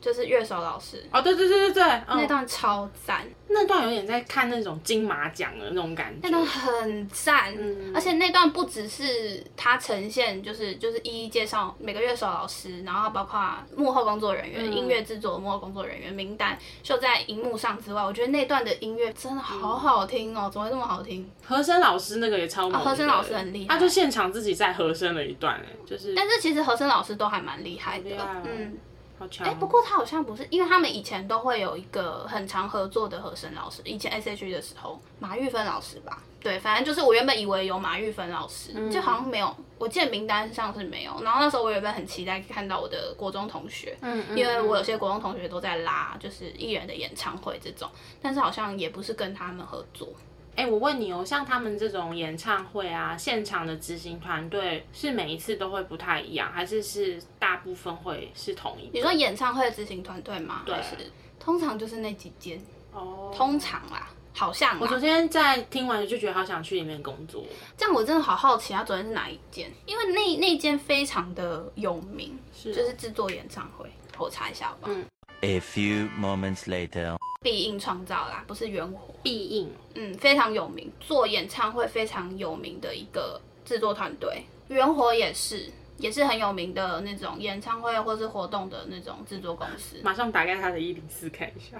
S2: 就是乐手老师，
S1: 哦，对对对对对，
S2: 那
S1: 嗯，
S2: 段超赞，
S1: 那段有点在看那种金马奖的那种感觉
S2: 那。段很赞，
S1: 嗯
S2: 而且那段不只是他呈现，就是就是一一介绍每个乐手老师，然后包括幕后工作人员、
S1: 嗯
S2: 音乐制作幕后工作人员名单秀在荧幕上之外，我觉得那段的音乐真
S1: 嗯
S2: 的好好听哦，怎么会那么好听？
S1: 和声老师那个也超猛的、
S2: 啊和声老师很厉害
S1: 他就现场自己在和声了一段、哎，就是
S2: 但是其实和声老师都还蛮厉害
S1: 很
S2: 的
S1: 厉害啊，
S2: 嗯，
S1: 好强、
S2: 哎、不过他好像不是，因为他们以前都会有一个很常合作的和声老师，以前 S H E 的时候，马玉芬老师吧，对，反正就是我原本以为有马玉芬老师，
S1: 嗯
S2: 就好像没有，我记得名单上是没有。然后那时候我原本很期待看到我的国中同学，
S1: 嗯嗯
S2: 因为我有些国中同学都在拉就是艺人的演唱会这种，但是好像也不是跟他们合作，
S1: 哎、我问你哦，像他们这种演唱会啊，现场的执行团队是每一次都会不太一样，还是是大部分会是同一个？
S2: 你说演唱会的执行团队吗？
S1: 对
S2: 还是通常就是那几间，
S1: 哦，
S2: 通常啦，好像
S1: 我
S2: 啦
S1: 昨天在听完就觉得好想去里面工作。
S2: 这样我真的好好奇，他昨天是哪一间？因为那那间非常的有名，
S1: 是哦
S2: 就是制作演唱会，我查一下好不好？
S1: 嗯
S3: A few moments later.
S2: 必应创造啦，不是圆火，
S1: 必应
S2: 嗯，非常有名，做演唱会非常有名的一个制作团队，圆火也是。也是很有名的那种演唱会或是活动的那种制作公司，
S1: 马上打开他的一零四看一下。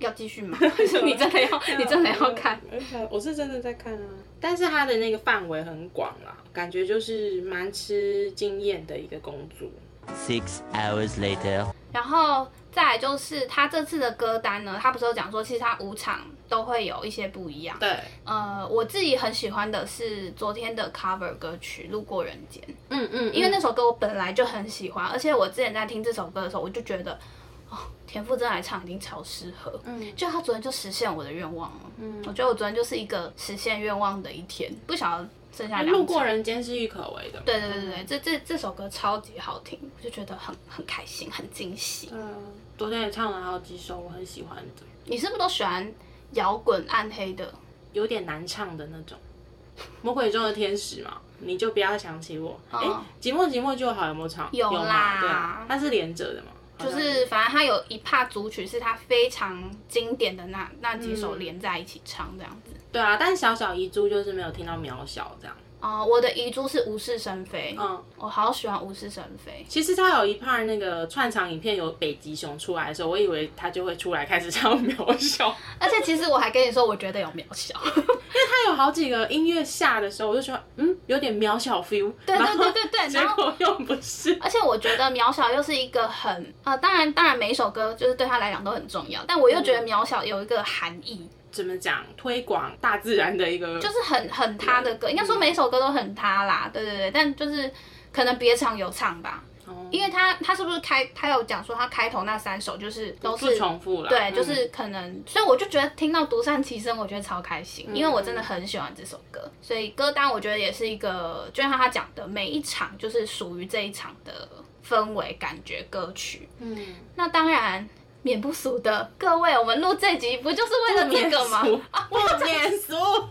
S2: 要继续吗？ 你真的要，你真的要看？
S1: 啊我是真的在看啊，但是他的那个范围很广啦，感觉就是蛮吃经验的一个工作。
S3: Six hours later.
S2: 然后再来就是他这次的歌单呢，他不是有讲说，其实他五场都会有一些不一样。
S1: 对，
S2: 呃，我自己很喜欢的是昨天的 cover 歌曲《路过人间》，
S1: 嗯嗯，
S2: 因为那首歌我本来就很喜欢，而且我之前在听这首歌的时候，我就觉得，哦，田馥甄来唱一定超适合。
S1: 嗯
S2: 就他昨天就实现我的愿望了。啊
S1: 嗯
S2: 我觉得我昨天就是一个实现愿望的一天，不晓得剩下
S1: 那
S2: 两
S1: 哎路过
S2: 场。
S1: 人间是郁可唯的，
S2: 对对对对，这这这首歌超级好听，我就觉得很很开心，很惊喜。
S1: 嗯，昨天也唱了好几首我很喜欢的，
S2: 你是不是都喜欢摇滚暗黑的？
S1: 有点难唱的那种，《魔鬼中的天使》嘛，你就不要想起我。哎、
S2: 哦
S1: 寂寞寂寞就好，有没有唱？
S2: 有
S1: 有
S2: 啦
S1: 嘛对啊，它是连着的嘛，好
S2: 就
S1: 像
S2: 是反正他有一帕组曲是他非常经典的那那几首连在一起唱这样子。
S1: 对啊，但小小遗珠就是没有听到渺小这样。
S2: 哦、我的遗珠是无事生非，
S1: 嗯，
S2: 我好喜欢无事生非。
S1: 其实他有一 part 那个串场影片有北极熊出来的时候，我以为他就会出来开始唱渺 小。
S2: 而且其实我还跟你说，我觉得有渺小。
S1: 他有好几个音乐下的时候，我就觉得嗯，有点渺小 feel。
S2: 对
S1: 然后
S2: 对对对对
S1: 结
S2: 然后
S1: 果又不是。
S2: 而且我觉得渺小又是一个很呃，当然当然每一首歌就是对他来讲都很重要，但我又觉得渺小有一个含义，
S1: 怎么讲？推广大自然的一个，
S2: 就是很很
S1: 啊
S2: 他的歌，应该说
S1: 嗯
S2: 每一首歌都很他啦，对对对，但就是可能别场有唱吧，
S1: 哦
S2: 因为他他是不是开他有讲说他开头那三首就是都
S1: 不
S2: 是
S1: 重复了。
S2: 对，
S1: 嗯
S2: 就是可能，所以我就觉得听到独善其身，我觉得超开心，
S1: 嗯
S2: 因为我真的很喜欢这首歌，所以歌单我觉得也是一个，就像他讲的，每一场就是属于这一场的氛围感觉歌曲。
S1: 嗯。
S2: 那当然。免不俗的，各位，我们录这集不就是为了这个吗？啊，
S1: 不免 俗。哦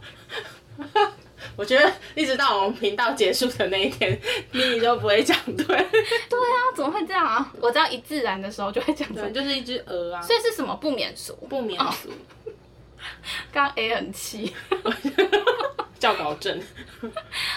S1: 我觉得一直到我们频道结束的那一天，你都不会讲 对，
S2: 对啊，怎么会这样啊？我知道一自然的时候就会讲这
S1: 对，
S2: 个，
S1: 就是一只鹅啊，
S2: 所以是什么不免俗？
S1: 不免俗，
S2: 刚刚 A 很气。
S1: 教稿证。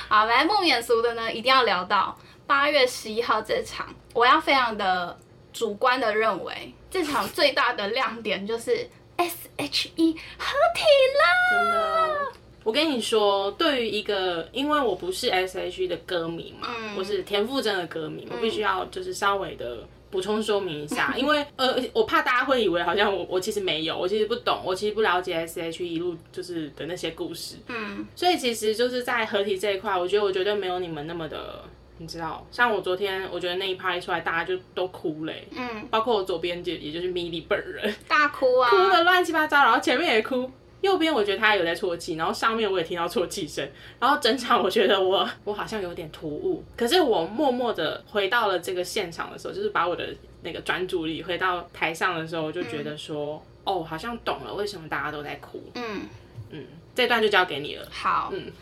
S2: 好，来不免俗的呢，一定要聊到八月十一号这场，我要非常的主观的认为，这场最大的亮点就是 S H E 合体啦。
S1: 真的。我跟你说，对于一个，因为我不是 S.H.E 的歌迷嘛，我是田馥甄的歌迷，我必须要就是稍微的补充说明一下，因为呃，我怕大家会以为好像我我其实没有，我其实不懂，我其实不了解 S.H.E 一路就是的那些故事，
S2: 嗯，
S1: 所以其实就是在合体这一块，我觉得我绝对没有你们那么的，你知道，像我昨天，我觉得那一趴一出来，大家就都哭嘞、
S2: 嗯，
S1: 包括我左边就也就是米莉本人，
S2: 大哭啊！
S1: 哭的乱七八糟，然后前面也哭，右边我觉得他有在啜泣，然后上面我也听到啜泣声，然后整场我觉得我我好像有点突兀，可是我默默的回到了这个现场的时候，就是把我的那个专注力回到台上的时候，我就觉得说，哦，好像懂了为什么大家都在哭，
S2: 嗯，
S1: 嗯，这段就交给你了，
S2: 好，
S1: 嗯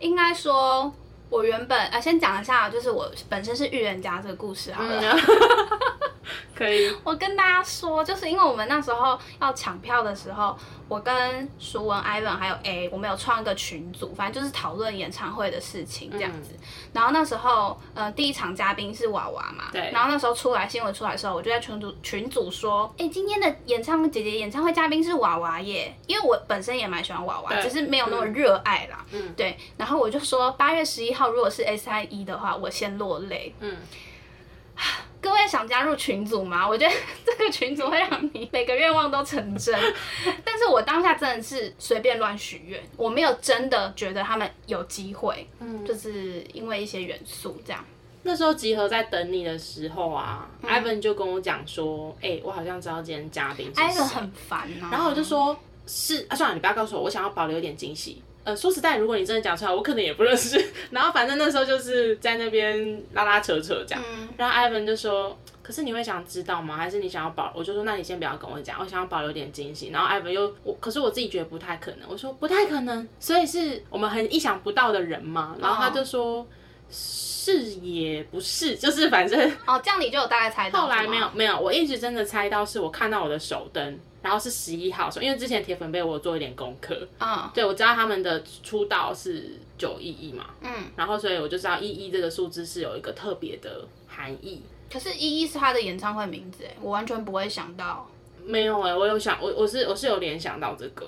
S2: 应该说。呃
S1: 嗯
S2: 我原本啊，先讲一下，就是我本身是预言家这个故事好了。
S1: 可以，
S2: 我跟大家说，就是因为我们那时候要抢票的时候，我跟熟文、Ivan 还有 A，我们有创一个群组，反正就是讨论演唱会的事情这样子。然后那时候，呃，第一场嘉宾是娃娃嘛，
S1: 对
S2: 然后那时候出来新闻出来的时候，我就在群组群组说，哎、今天的演唱会姐姐演唱会嘉宾是娃娃耶，因为我本身也蛮喜欢娃娃，
S1: 对
S2: 只是没有那么热爱啦。嗯，对。然后我就说，八月十一号如果是 S I E 的话，我先落泪。
S1: 嗯，
S2: 各位想加入群组吗？我觉得 这个群组会让你每个愿望都成真。但是我当下真的是随便乱许愿，我没有真的觉得他们有机会，嗯，就是因为一些元素这样。
S1: 那时候集合在等你的时候啊、i v a n 就跟我讲说，哎、我好像知道今天嘉宾是
S2: 艾伦
S1: 谁，
S2: 很烦啊，
S1: 然后我就说，是啊，算了，你不要告诉我，我想要保留一点惊喜。呃，说实在，如果你真的讲出来，我可能也不认识。 然后反正那时候就是在那边拉拉扯扯
S2: 嗯
S1: 这样，然后 Ivan 就说。可是你会想知道吗？还是你想要保？我就说，那你先不要跟我讲，我想要保留点惊喜。然后 Ivan 又我，可是我自己觉得不太可能。我说不太可能，所以是我们很意想不到的人嘛。然后他就说，是也不是，就是反正
S2: 哦，这样你就有大概猜到。
S1: 后来没
S2: 是
S1: 有
S2: 吗，
S1: 没有，我一直真的猜到是我看到我的手灯，然后是十一号手，因为之前铁粉杯我有做一点功课，
S2: 嗯
S1: 对我知道他们的出道是九一一嘛，
S2: 嗯，
S1: 然后所以我就知道一一这个数字是有一个特别的含义。
S2: 可是依依是他的演唱会名字，哎，我完全不会想到。
S1: 没有哎、我有想我我是我是有联想到这个，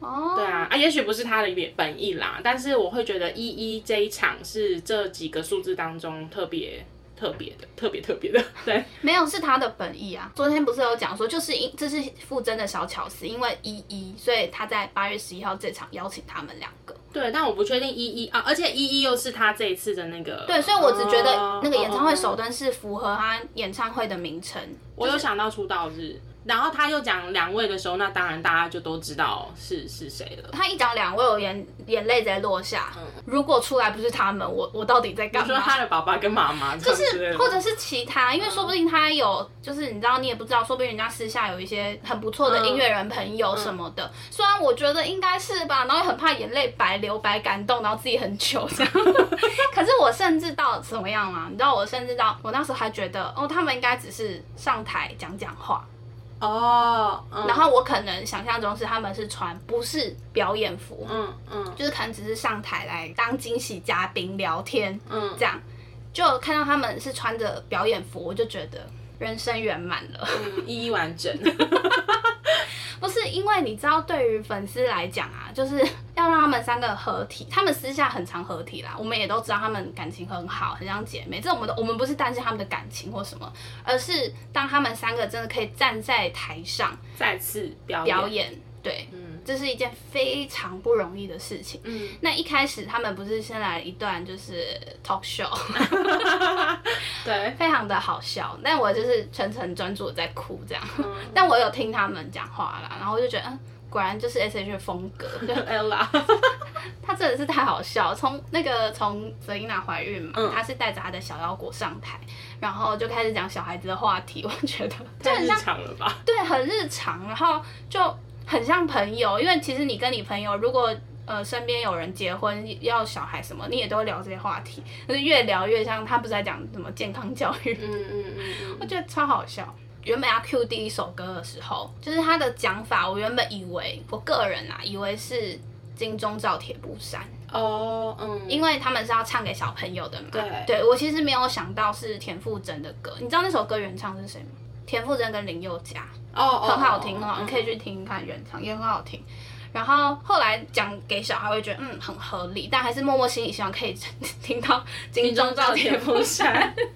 S2: 哦，
S1: 对啊啊，也许不是他的本本意啦，但是我会觉得一一这一场是这几个数字当中特别特别的特别特别的， 对，
S2: 没有，是他的本意啊。昨天不是有讲说，就是因这是傅真的小巧思，因为依依，所以他在八月十一号这场邀请他们两个。
S1: 对，但我不确定一一啊，而且一一又是他这一次的那个。
S2: 对，所以我只觉得
S1: 哦
S2: 那个演唱
S1: 哦
S2: 会
S1: 哦
S2: 首登是符合他演唱会的名称。
S1: 我有想到出道日，然后他又讲两位的时候，那当然大家就都知道是是谁了。
S2: 他一讲两位，我眼眼泪直接落下。如果出来不是他们，我我到底在
S1: 嗯你
S2: 干
S1: 说
S2: 嘛？
S1: 他的爸爸跟妈妈，就
S2: 就是或者是其他，因为说不定他有，就是你知道，你也不知道，说不定人家私下有一些很不错的音乐人朋友什么的。虽然我觉得应该是吧，然后也很怕眼泪白流白感动，然后自己很糗这样。 可是我甚至到怎么样啊？你知道，我甚至到我那时候还觉得，哦，他们应该只是上台讲讲话，
S1: 哦，嗯
S2: 然后我可能想象中是他们是穿不是表演服，
S1: 嗯嗯
S2: 就是可能只是上台来当惊喜嘉宾聊天，
S1: 嗯，
S2: 这样，就看到他们是穿着表演服，我就觉得人生圆满了。
S1: 嗯一一完整。
S2: 不是因为你知道，对于粉丝来讲啊，就是要让他们三个合体，他们私下很常合体啦。我们也都知道他们感情很好，很像姐妹。这我们都我们不是担心他们的感情或什么，而是当他们三个真的可以站在台上
S1: 再次表
S2: 表
S1: 演，
S2: 演，对，
S1: 嗯
S2: 这是一件非常不容易的事情。
S1: 嗯，
S2: 那一开始他们不是先来一段就是 talk show，
S1: 对，
S2: 非常的好笑，但我就是全程专注地在哭这样， 但我有听他们讲话啦，然后我就觉得，嗯，果然就是 S H 的风格，就
S1: Ella，
S2: 他真的是太好笑。从那个从泽伊娜怀孕嘛，
S1: 嗯
S2: 她是带着她的小腰果上台，然后就开始讲小孩子的话题，我觉得就
S1: 太
S2: 很
S1: 日
S2: 像
S1: 常了吧？
S2: 对，很日常，然后就很像朋友，因为其实你跟你朋友如果。呃，身边有人结婚要小孩什么，你也都会聊这些话题，可是越聊越像他不是在讲什么健康教育
S1: 嗯嗯嗯
S2: 我觉得超好笑。原本要 Q 第一首歌的时候，就是他的讲法，我原本以为，我个人啊，以为是金钟罩铁布衫，
S1: 哦，嗯，
S2: 因为他们是要唱给小朋友的嘛。
S1: 对
S2: 我其实没有想到是田馥甄的歌。你知道那首歌原唱是谁吗？田馥甄跟林宥嘉，
S1: 哦哦，
S2: 很好听哦，
S1: 嗯
S2: 你可以去听听看原唱，也很好听。然后后来讲给小孩，会觉得嗯很合理，但还是默默心里希望可以听到金钟罩铁 布衫。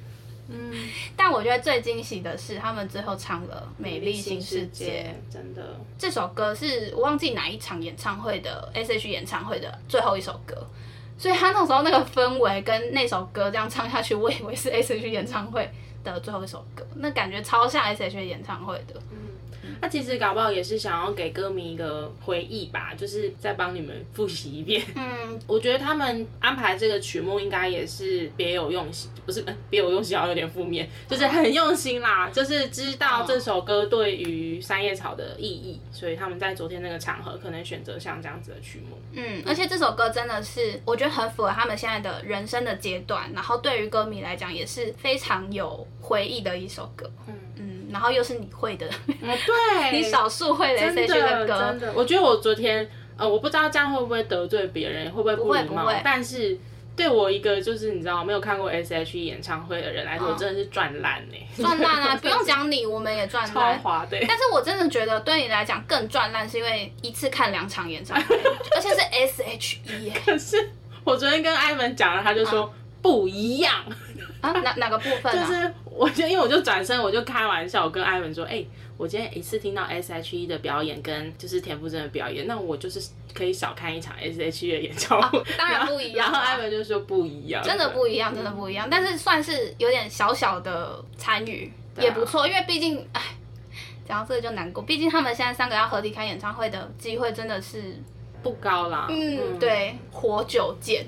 S1: 嗯，
S2: 但我觉得最惊喜的是，他们最后唱了《美丽新世界》，
S1: 真的，
S2: 这首歌是我忘记哪一场演唱会的 S.H. 演唱会的最后一首歌，所以他那时候那个氛围跟那首歌这样唱下去，我以为是 S.H. 演唱会的最后一首歌，那感觉超像 S.H. 演唱会的。
S1: 那其实搞不好也是想要给歌迷一个回忆吧，就是再帮你们复习一遍。
S2: 嗯，
S1: 我觉得他们安排这个曲目应该也是别有用心，不是呃别有用心，好像有点负面，就是很用心啦，就是知道这首歌对于三叶草的意义，所以他们在昨天那个场合可能选择像这样子的曲目。
S2: 嗯，而且这首歌真的是，我觉得很符合他们现在的人生的阶段，然后对于歌迷来讲也是非常有回忆的一首歌。嗯嗯，然后又是你会的，
S1: 哦，对，
S2: 你少数会的
S1: 真的
S2: S H 的歌，
S1: 真的，我觉得我昨天呃，我不知道这样会不会得罪别人，会不会
S2: 不会
S1: 礼貌
S2: 不会，
S1: 但是。对我一个就是你知道没有看过 S H E 演唱会的人来说，
S2: 嗯
S1: 我真的是赚烂嘞，
S2: 赚烂啊！不用讲你，我们也赚
S1: 超
S2: 烂。
S1: 滑的。
S2: 但是我真的觉得对你来讲更赚烂，是因为一次看两场演唱 会，而且是 S H E 耶
S1: 可是我昨天跟艾文讲了，他就说不一样，
S2: 啊，哪哪个部分
S1: 就
S2: 啊？
S1: 是我就因为我就转身我就开玩笑，我跟艾文说，哎、我今天一次听到 S H E 的表演跟就是田馥甄的表演，那我就是可以少看一场 S H E 的演唱会、
S2: 当然不一样啊
S1: 然后艾文就说不一样，
S2: 真的不一样，真的不一样。但是算是有点小小的参与，
S1: 对啊
S2: 也不错，因为毕竟，哎，讲到这个就难过。毕竟他们现在三个要合体开演唱会的机会真的是，
S1: 不高啦。
S2: 嗯，，对，活久见。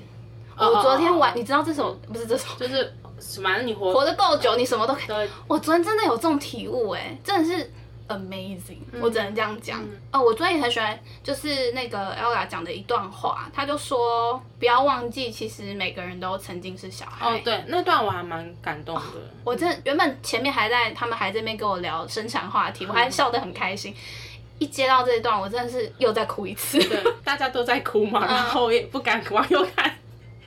S1: 哦
S2: 我昨天
S1: 哦
S2: 晚，
S1: 哦
S2: 你知道这首不是这首，
S1: 就是反正你活哦
S2: 活得够久，你什么都可以。
S1: 对
S2: 我昨天真的有这种体悟、哎，真的是 amazing，、我只能这样
S1: 嗯
S2: 讲。哦，我昨天也很喜欢，就是那个 Ella 讲的一段话，他就说不要忘记，其实每个人都曾经是小孩。
S1: 哦对，那段我还蛮感动的。
S2: 我真的原本前面还在他们还这边跟我聊生产话题，我还笑得很开心。一接到这一段，我真的是又再哭一次。
S1: 对，大家都在哭嘛，然后我也不敢往右看，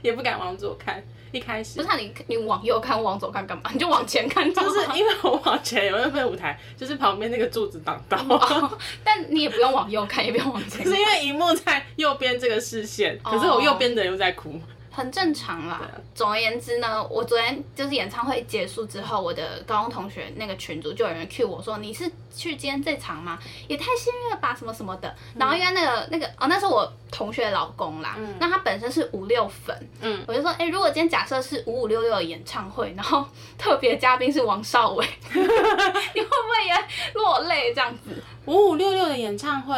S1: 也不敢往左看。一开始
S2: 不是、啊、你，你往右看，往左看干嘛？你就往前看 就
S1: 就是因为我往前有一被舞台， 就是旁边那个柱子挡到， 就
S2: 但你也不用往右看，也不用往前看
S1: 是，因为荧幕在右边这个视线，可是我右边的人又在哭。
S2: 很正常啦
S1: 对啊。
S2: 总而言之呢，我昨天就是演唱会结束之后，我的高中同学那个群组就有人 cue 我说：“你是去今天这场吗？也太幸运了吧，什么什么的。”然后因为那个那个哦，那是我同学的老公啦，那他本身是五六粉，
S1: 嗯，
S2: 我就说：“哎、如果今天假设是五五六六的演唱会，然后特别嘉宾是王少伟，你会不会也落泪这样子？”
S1: 五五六六的演唱会，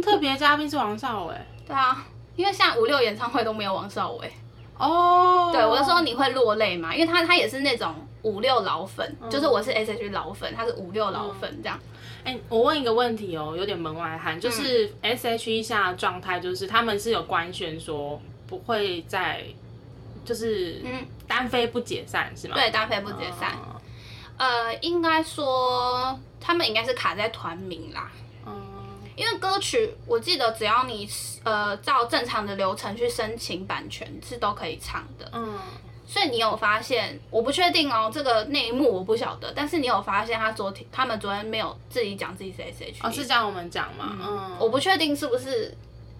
S1: 特别嘉宾是王少伟。
S2: 对啊，因为像五六演唱会都没有王少伟。
S1: 哦，
S2: 对，我就说你会落泪嘛，因为他他也是那种五六老粉，就是我是 S H 老粉，他是五六老粉这样。
S1: 哎、我问一个问题哦，有点门外
S2: 嗯
S1: 汉，就是 S H E 下的状态，就是他们是有官宣说不会再，就是
S2: 嗯
S1: 单飞不解散是吗？
S2: 对，搭配不解散。
S1: 哦
S2: 呃，应该说他们应该是卡在团名啦，
S1: 嗯
S2: 因为歌曲我记得只要你呃照正常的流程去申请版权是都可以唱的。
S1: 嗯，
S2: 所以你有发现，我不确定哦，这个内幕我不晓得，但是你有发现他昨天他们昨天没有自己讲自己是 S H
S1: 哦，是这样我们讲嘛？嗯
S2: 我不确定是不是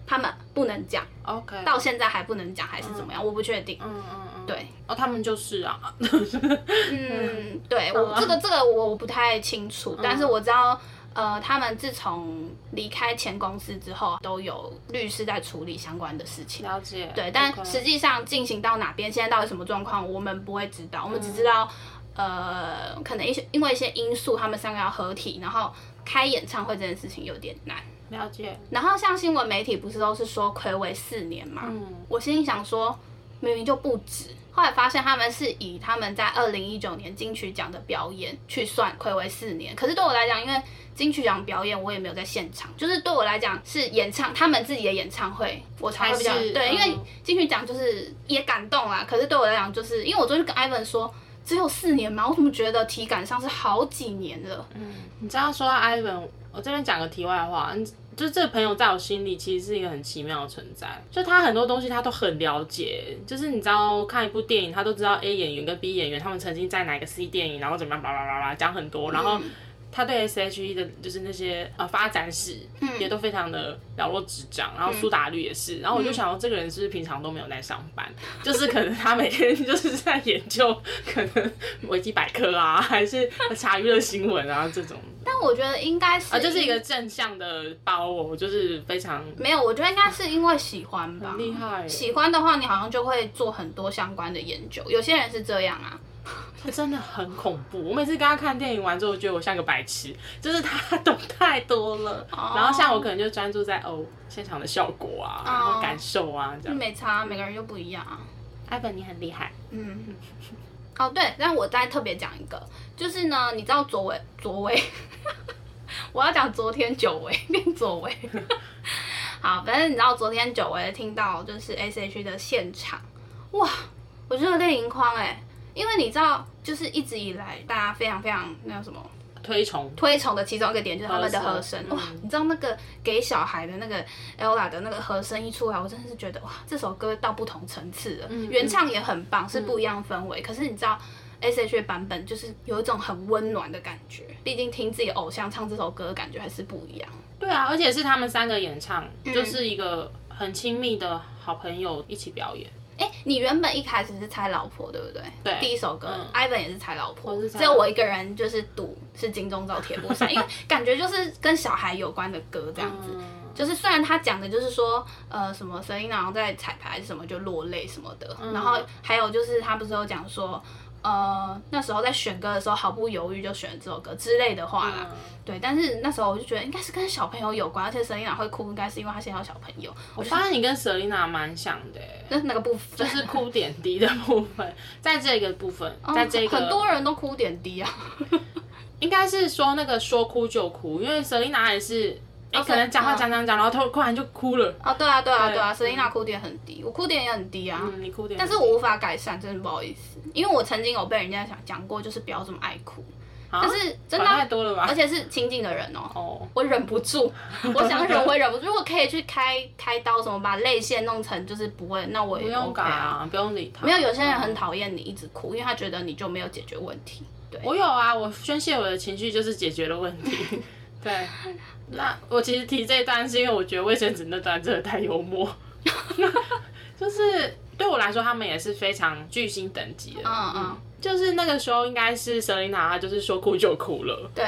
S2: 他们不能讲。
S1: ，OK，
S2: 到现在还不能讲还是怎么样，我不确定。
S1: 嗯嗯嗯，
S2: 对，
S1: 哦，他们就是啊，
S2: 嗯，对
S1: 好
S2: 我
S1: 啊
S2: 这个这个我不太清楚，但是我知道，呃，他们自从离开前公司之后，都有律师在处理相关的事情。
S1: 了解，
S2: 对，但
S1: OK
S2: 实际上进行到哪边，现在到底什么状况，我们不会知道，我们只知道，呃，可能一些因为一些因素，他们三个要合体，然后开演唱会这件事情有点难。
S1: 了解，
S2: 然后像新闻媒体不是都是说暌违四年嘛？
S1: 嗯
S2: 我心里想说，明明就不止。后来发现他们是以他们在二零一九年金曲奖的表演去算暌违四年，可是对我来讲，因为金曲奖表演我也没有在现场，就是对我来讲是演唱他们自己的演唱会，我才会比较
S1: 还是
S2: 对，
S1: 嗯
S2: 因为金曲奖就是也感动啦，可是对我来讲，就是因为我昨天跟 Ivan 说。只有四年嘛，我怎么觉得体感上是好几年了？
S1: 你知道说到 Ivan，我这边讲个题外话，嗯就这个朋友在我心里其实是一个很奇妙的存在，就他很多东西他都很了解，就是你知道看一部电影，他都知道 A 演员跟 B 演员他们曾经在哪个 C 电影，然后怎么样，叭叭叭叭讲很多，然后他对 S H E 的就是那些呃发展史也都非常的了若指掌，然后苏打绿也是，然后我就想说这个人是不是平常都没有在上班，就是可能他每天就是在研究可能维基百科啊，还是查娱乐新闻啊这种。
S2: 但我觉得应该是
S1: 啊，就是一个正向的包哦，就是非常
S2: 没有，我觉得应该是因为喜欢吧。
S1: 很厉害耶
S2: 喜欢的话，你好像就会做很多相关的研究。有些人是这样啊，
S1: 他真的很恐怖。我每次跟他看电影完之后，我觉得我像个白痴，就是他 懂太多了。
S2: 哦
S1: 然后像我可能就专注在哦现场的效果啊，然
S2: 哦
S1: 后感受啊这样。
S2: 没差，每个人就不一样啊。
S1: 艾本你很厉害，
S2: 嗯，哦对，但我再特别讲一个，就是呢，你知道左尾左尾， 我要讲昨天久违变左 尾。好，反正你知道昨天久违听到就是 S H 的现场，哇，我欸热泪盈眶哎、因为你知道，就是一直以来大家非常非常那叫什么
S1: 推崇，
S2: 推崇的其中一个点就是他们的和声，
S1: 和声
S2: 哇！你知道那个给小孩的那个 ella 的那个和声一出来，我真的是觉得哇，这首歌到不同层次了。
S1: 嗯
S2: 原唱也很棒，是不一样的氛围。可是你知道 S H 版本就是有一种很温暖的感觉，毕竟听自己的偶像唱这首歌，感觉还是不一样。
S1: 对啊，而且是他们三个演唱，
S2: 嗯
S1: 就是一个很亲密的好朋友一起表演。
S2: 哎，你原本一开始是猜老婆，对不对？
S1: 对
S2: 第一首歌、
S1: 嗯
S2: i v a n 也是猜老婆，
S1: 我是猜
S2: 只有我一个人就是赌是金钟罩铁布衫，因为感觉就是跟小孩有关的歌这样子。
S1: 嗯，
S2: 就是虽然他讲的就是说，呃，什么 Selina 好像在彩排还是什么就落泪什么的，
S1: 嗯
S2: 然后还有就是他不是有讲说，呃，那时候在选歌的时候毫不犹豫就选了这首歌之类的话啦。
S1: 嗯
S2: 对，但是那时候我就觉得应该是跟小朋友有关，而且 Selina 会哭，应该是因为她现在有小朋友。
S1: 我
S2: 我就
S1: 发现你跟 Selina 蛮像的欸，
S2: 那那个部分，
S1: 就是 哭点 低的部分，在这个部分，在这个
S2: 哦很多人都哭点低啊。
S1: 应该是说那个说哭就哭，因为 Selina 也是，哎、
S2: 哦
S1: 可能讲话
S2: 嗯
S1: 讲讲讲，然后突突然就哭了。
S2: 哦，对啊，对啊，
S1: 对嗯
S2: 对啊，Selina 哭点很低，我哭点也很低啊。
S1: 嗯，你哭点很
S2: 但
S1: 低。
S2: 是我无法改善，真的不好意思，因为我曾经有被人家讲讲过，就是不要这么爱哭，
S1: 啊
S2: 但是真的
S1: 管
S2: 啊
S1: 太多了吧
S2: 而？且是亲近的人哦、
S1: 哦，
S2: 我忍不 住，我想忍我也忍不住。如果可以去开开刀什么，把泪腺弄成就是不会，那我
S1: 不
S2: 也
S1: 用改
S2: OK 啊。
S1: 啊，不用理他。
S2: 没有，有些人很讨厌你一直哭，因为他觉得你就没有解决问题。对，
S1: 我有啊，我宣泄我的情绪就是解决了问 题。对，那我其实提这一段是因为我觉得卫生纸那段真的太幽 默，就是对我来说他们也是非常巨星等级的。
S2: 嗯嗯，
S1: 就是那个时候应该是 Selina 她就是说哭就哭了，
S2: 对，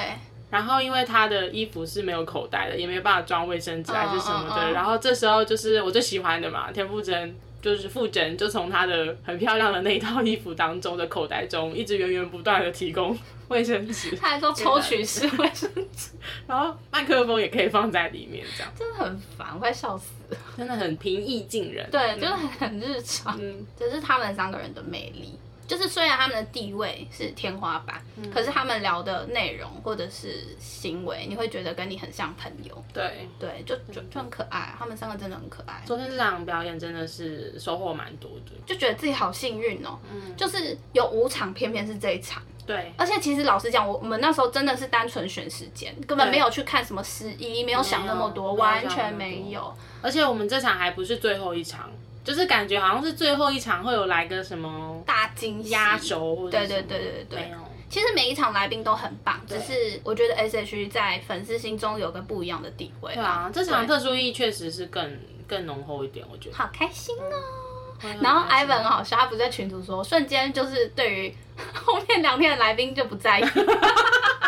S1: 然后因为她的衣服是没有口袋的，也没办法装卫生纸还是什么的。
S2: 嗯嗯嗯
S1: 然后这时候就是我最喜欢的嘛，田馥甄。就是傅征就从她的很漂亮的那一套衣服当中的口袋中，一直源源不断的提供卫生纸。
S2: 他还说抽取式卫生纸，
S1: 然后麦克风也可以放在里面，这样
S2: 真的很烦，我快笑死了。
S1: 真的很平易近人。
S2: 对， 就是很日常。
S1: 嗯，
S2: 这是他们三个人的魅力。就是虽然他们的地位是天花板，可是他们聊的内容或者是行为，你会觉得跟你很像朋友。
S1: 对。嗯
S2: 对，就就就很可爱啊，他们三个真的很可爱，
S1: 昨天这场表演真的是收获蛮多的。
S2: 就觉得自己好幸运哦。就是有五场，偏偏是这一场。
S1: 嗯对，
S2: 而且其实老实讲，我我们那时候真的是单纯选时间，根本
S1: 对
S2: 没有去看什么十一，没有想那么多，
S1: 没有
S2: 完
S1: 没有想
S2: 全
S1: 那么多
S2: 没有。
S1: 而且我们这场还不是最后一场，就是感觉好像是最后一场会有来个什么
S2: 大惊喜
S1: 压轴或者
S2: 对对
S1: 什么
S2: 对对对
S1: 没有。
S2: 其实每一场来宾都很棒，只是我觉得 S H 在粉丝心中有个不一样的地位。
S1: 对啊，这场
S2: 对
S1: 特殊意义确实是更更浓厚一点，我觉得。
S2: 好开心哦。然
S1: 然
S2: 后 Ivan 很好笑，他不是在群组说，瞬间就是对于 后面两天的来宾就不在意。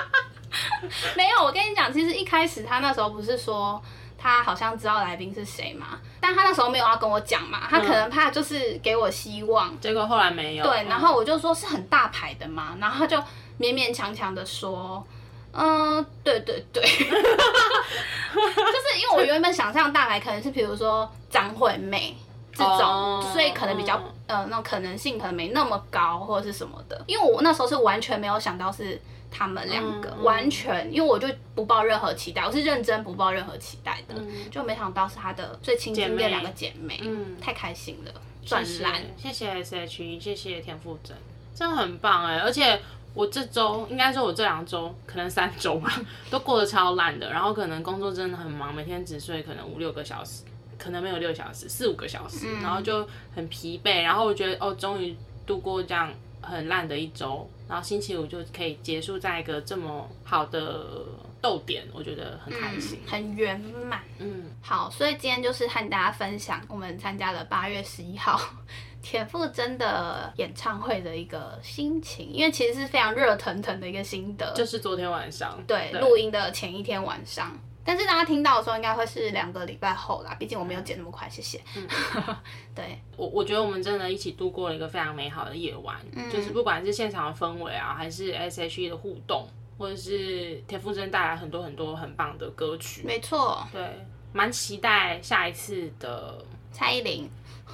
S2: 没有，我跟你讲，其实一开始他那时候不是说他好像知道来宾是谁嘛，但他那时候没有要跟我讲嘛，他可能怕就是给我希望，
S1: 结果后来没有。
S2: 对，
S1: 嗯
S2: 然后我就说是很大牌的嘛，然后他就勉勉强强的说，嗯、对对 对，就是因为我原本想象大牌可能是比如说张惠妹这种
S1: 哦
S2: 所以可能比较
S1: 嗯
S2: 呃那种可能性可能没那么高或者是什么的，因为我那时候是完全没有想到是。他们两个、
S1: 嗯嗯
S2: 完全，因为我就不抱任何期待，我是认真不抱任何期待的，就没想到是他的最亲
S1: 嗯
S2: 近
S1: 姐妹
S2: 的两个姐妹，
S1: 嗯
S2: 太开心了，
S1: 谢
S2: 转
S1: 谢
S2: 蓝，
S1: 嗯谢谢 S H E，谢谢田馥甄，这样很棒哎、而且我这周应该说，我这两周可能三周吧， 都过得超烂的。然后可能工作真的很忙，每天只睡可能五六个小时，可能没有六小时，四五个小时，
S2: 嗯
S1: 然后就很疲惫。然后我觉得哦，终于度过这样很烂的一周，然后星期五就可以结束在一个这么好的逗点，我觉得很开心
S2: 嗯。很圆满。
S1: 嗯，
S2: 好，所以今天就是和大家分享我们参加了八月十一号 田馥甄的演唱会的一个心情，因为其实是非常热腾腾的一个心得，
S1: 就是昨天晚上
S2: 对录音的前一天晚上。但是大家听到的时候，应该会是两个礼拜后啦，毕竟我没有剪那么快，谢谢。对，
S1: 我我觉得我们真的一起度过了一个非常美好的夜晚，
S2: 嗯
S1: 就是不管是现场的氛围啊，还是 S H E 的互动，或者是田馥甄带来很多很多很棒的歌曲，
S2: 没错，
S1: 对，蛮期待下一次的
S2: 蔡依林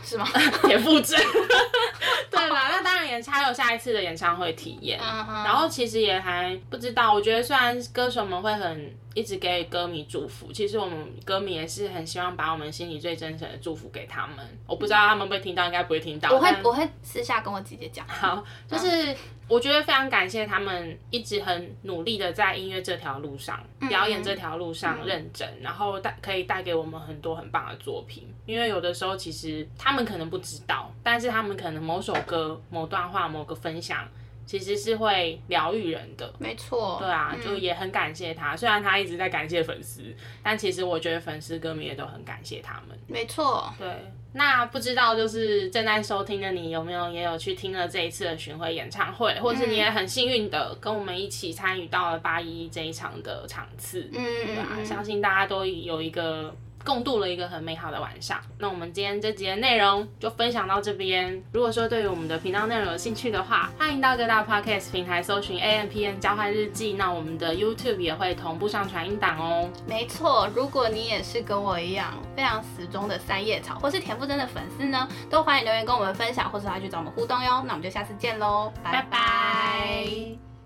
S2: 是吗？
S1: 田馥甄， 对吧？那当然也还有下一次的演唱会体验。
S2: 嗯哼
S1: 然后其实也还不知道，我觉得虽然歌手们会很一直给歌迷祝福。其实我们歌迷也是很希望把我们心里最真诚的祝福给他们。我不知道他们会不会听到，应该不会听到。
S2: 我会
S1: 但
S2: 我会私下跟我姐姐讲。
S1: 好，就是我觉得非常感谢他们一直很努力的在音乐这条路上、表演这条路上认真，然后带可以带给我们很多很棒的作品。因为有的时候其实他们可能不知道，但是他们可能某首歌、某段话、某个分享，其实是会疗愈人的。
S2: 没错，
S1: 对啊，
S2: 嗯
S1: 就也很感谢他。虽然他一直在感谢粉丝，但其实我觉得粉丝歌迷也都很感谢他们。
S2: 没错。
S1: 对，那不知道就是正在收听的你有没有也有去听了这一次的巡回演唱会，或是你也很幸运的跟我们一起参与到了八一一这一场的场次，
S2: 嗯
S1: 对啊，
S2: 嗯
S1: 相
S2: 嗯，
S1: 信大家都有一个。共度了一个很美好的晚上。那我们今天这集的内容就分享到这边。如果说对于我们的频道内容有兴趣的话，欢迎到各大 podcast 平台搜寻 A M P N 交换日记。那我们的 YouTube 也会同步上传音档哦。
S2: 没错。如果你也是跟我一样非常死忠的三叶草，或是田馥甄的粉丝呢，都欢迎留言跟我们分享，或是来去找我们互动哟。那我们就下次见喽，拜拜
S1: 拜拜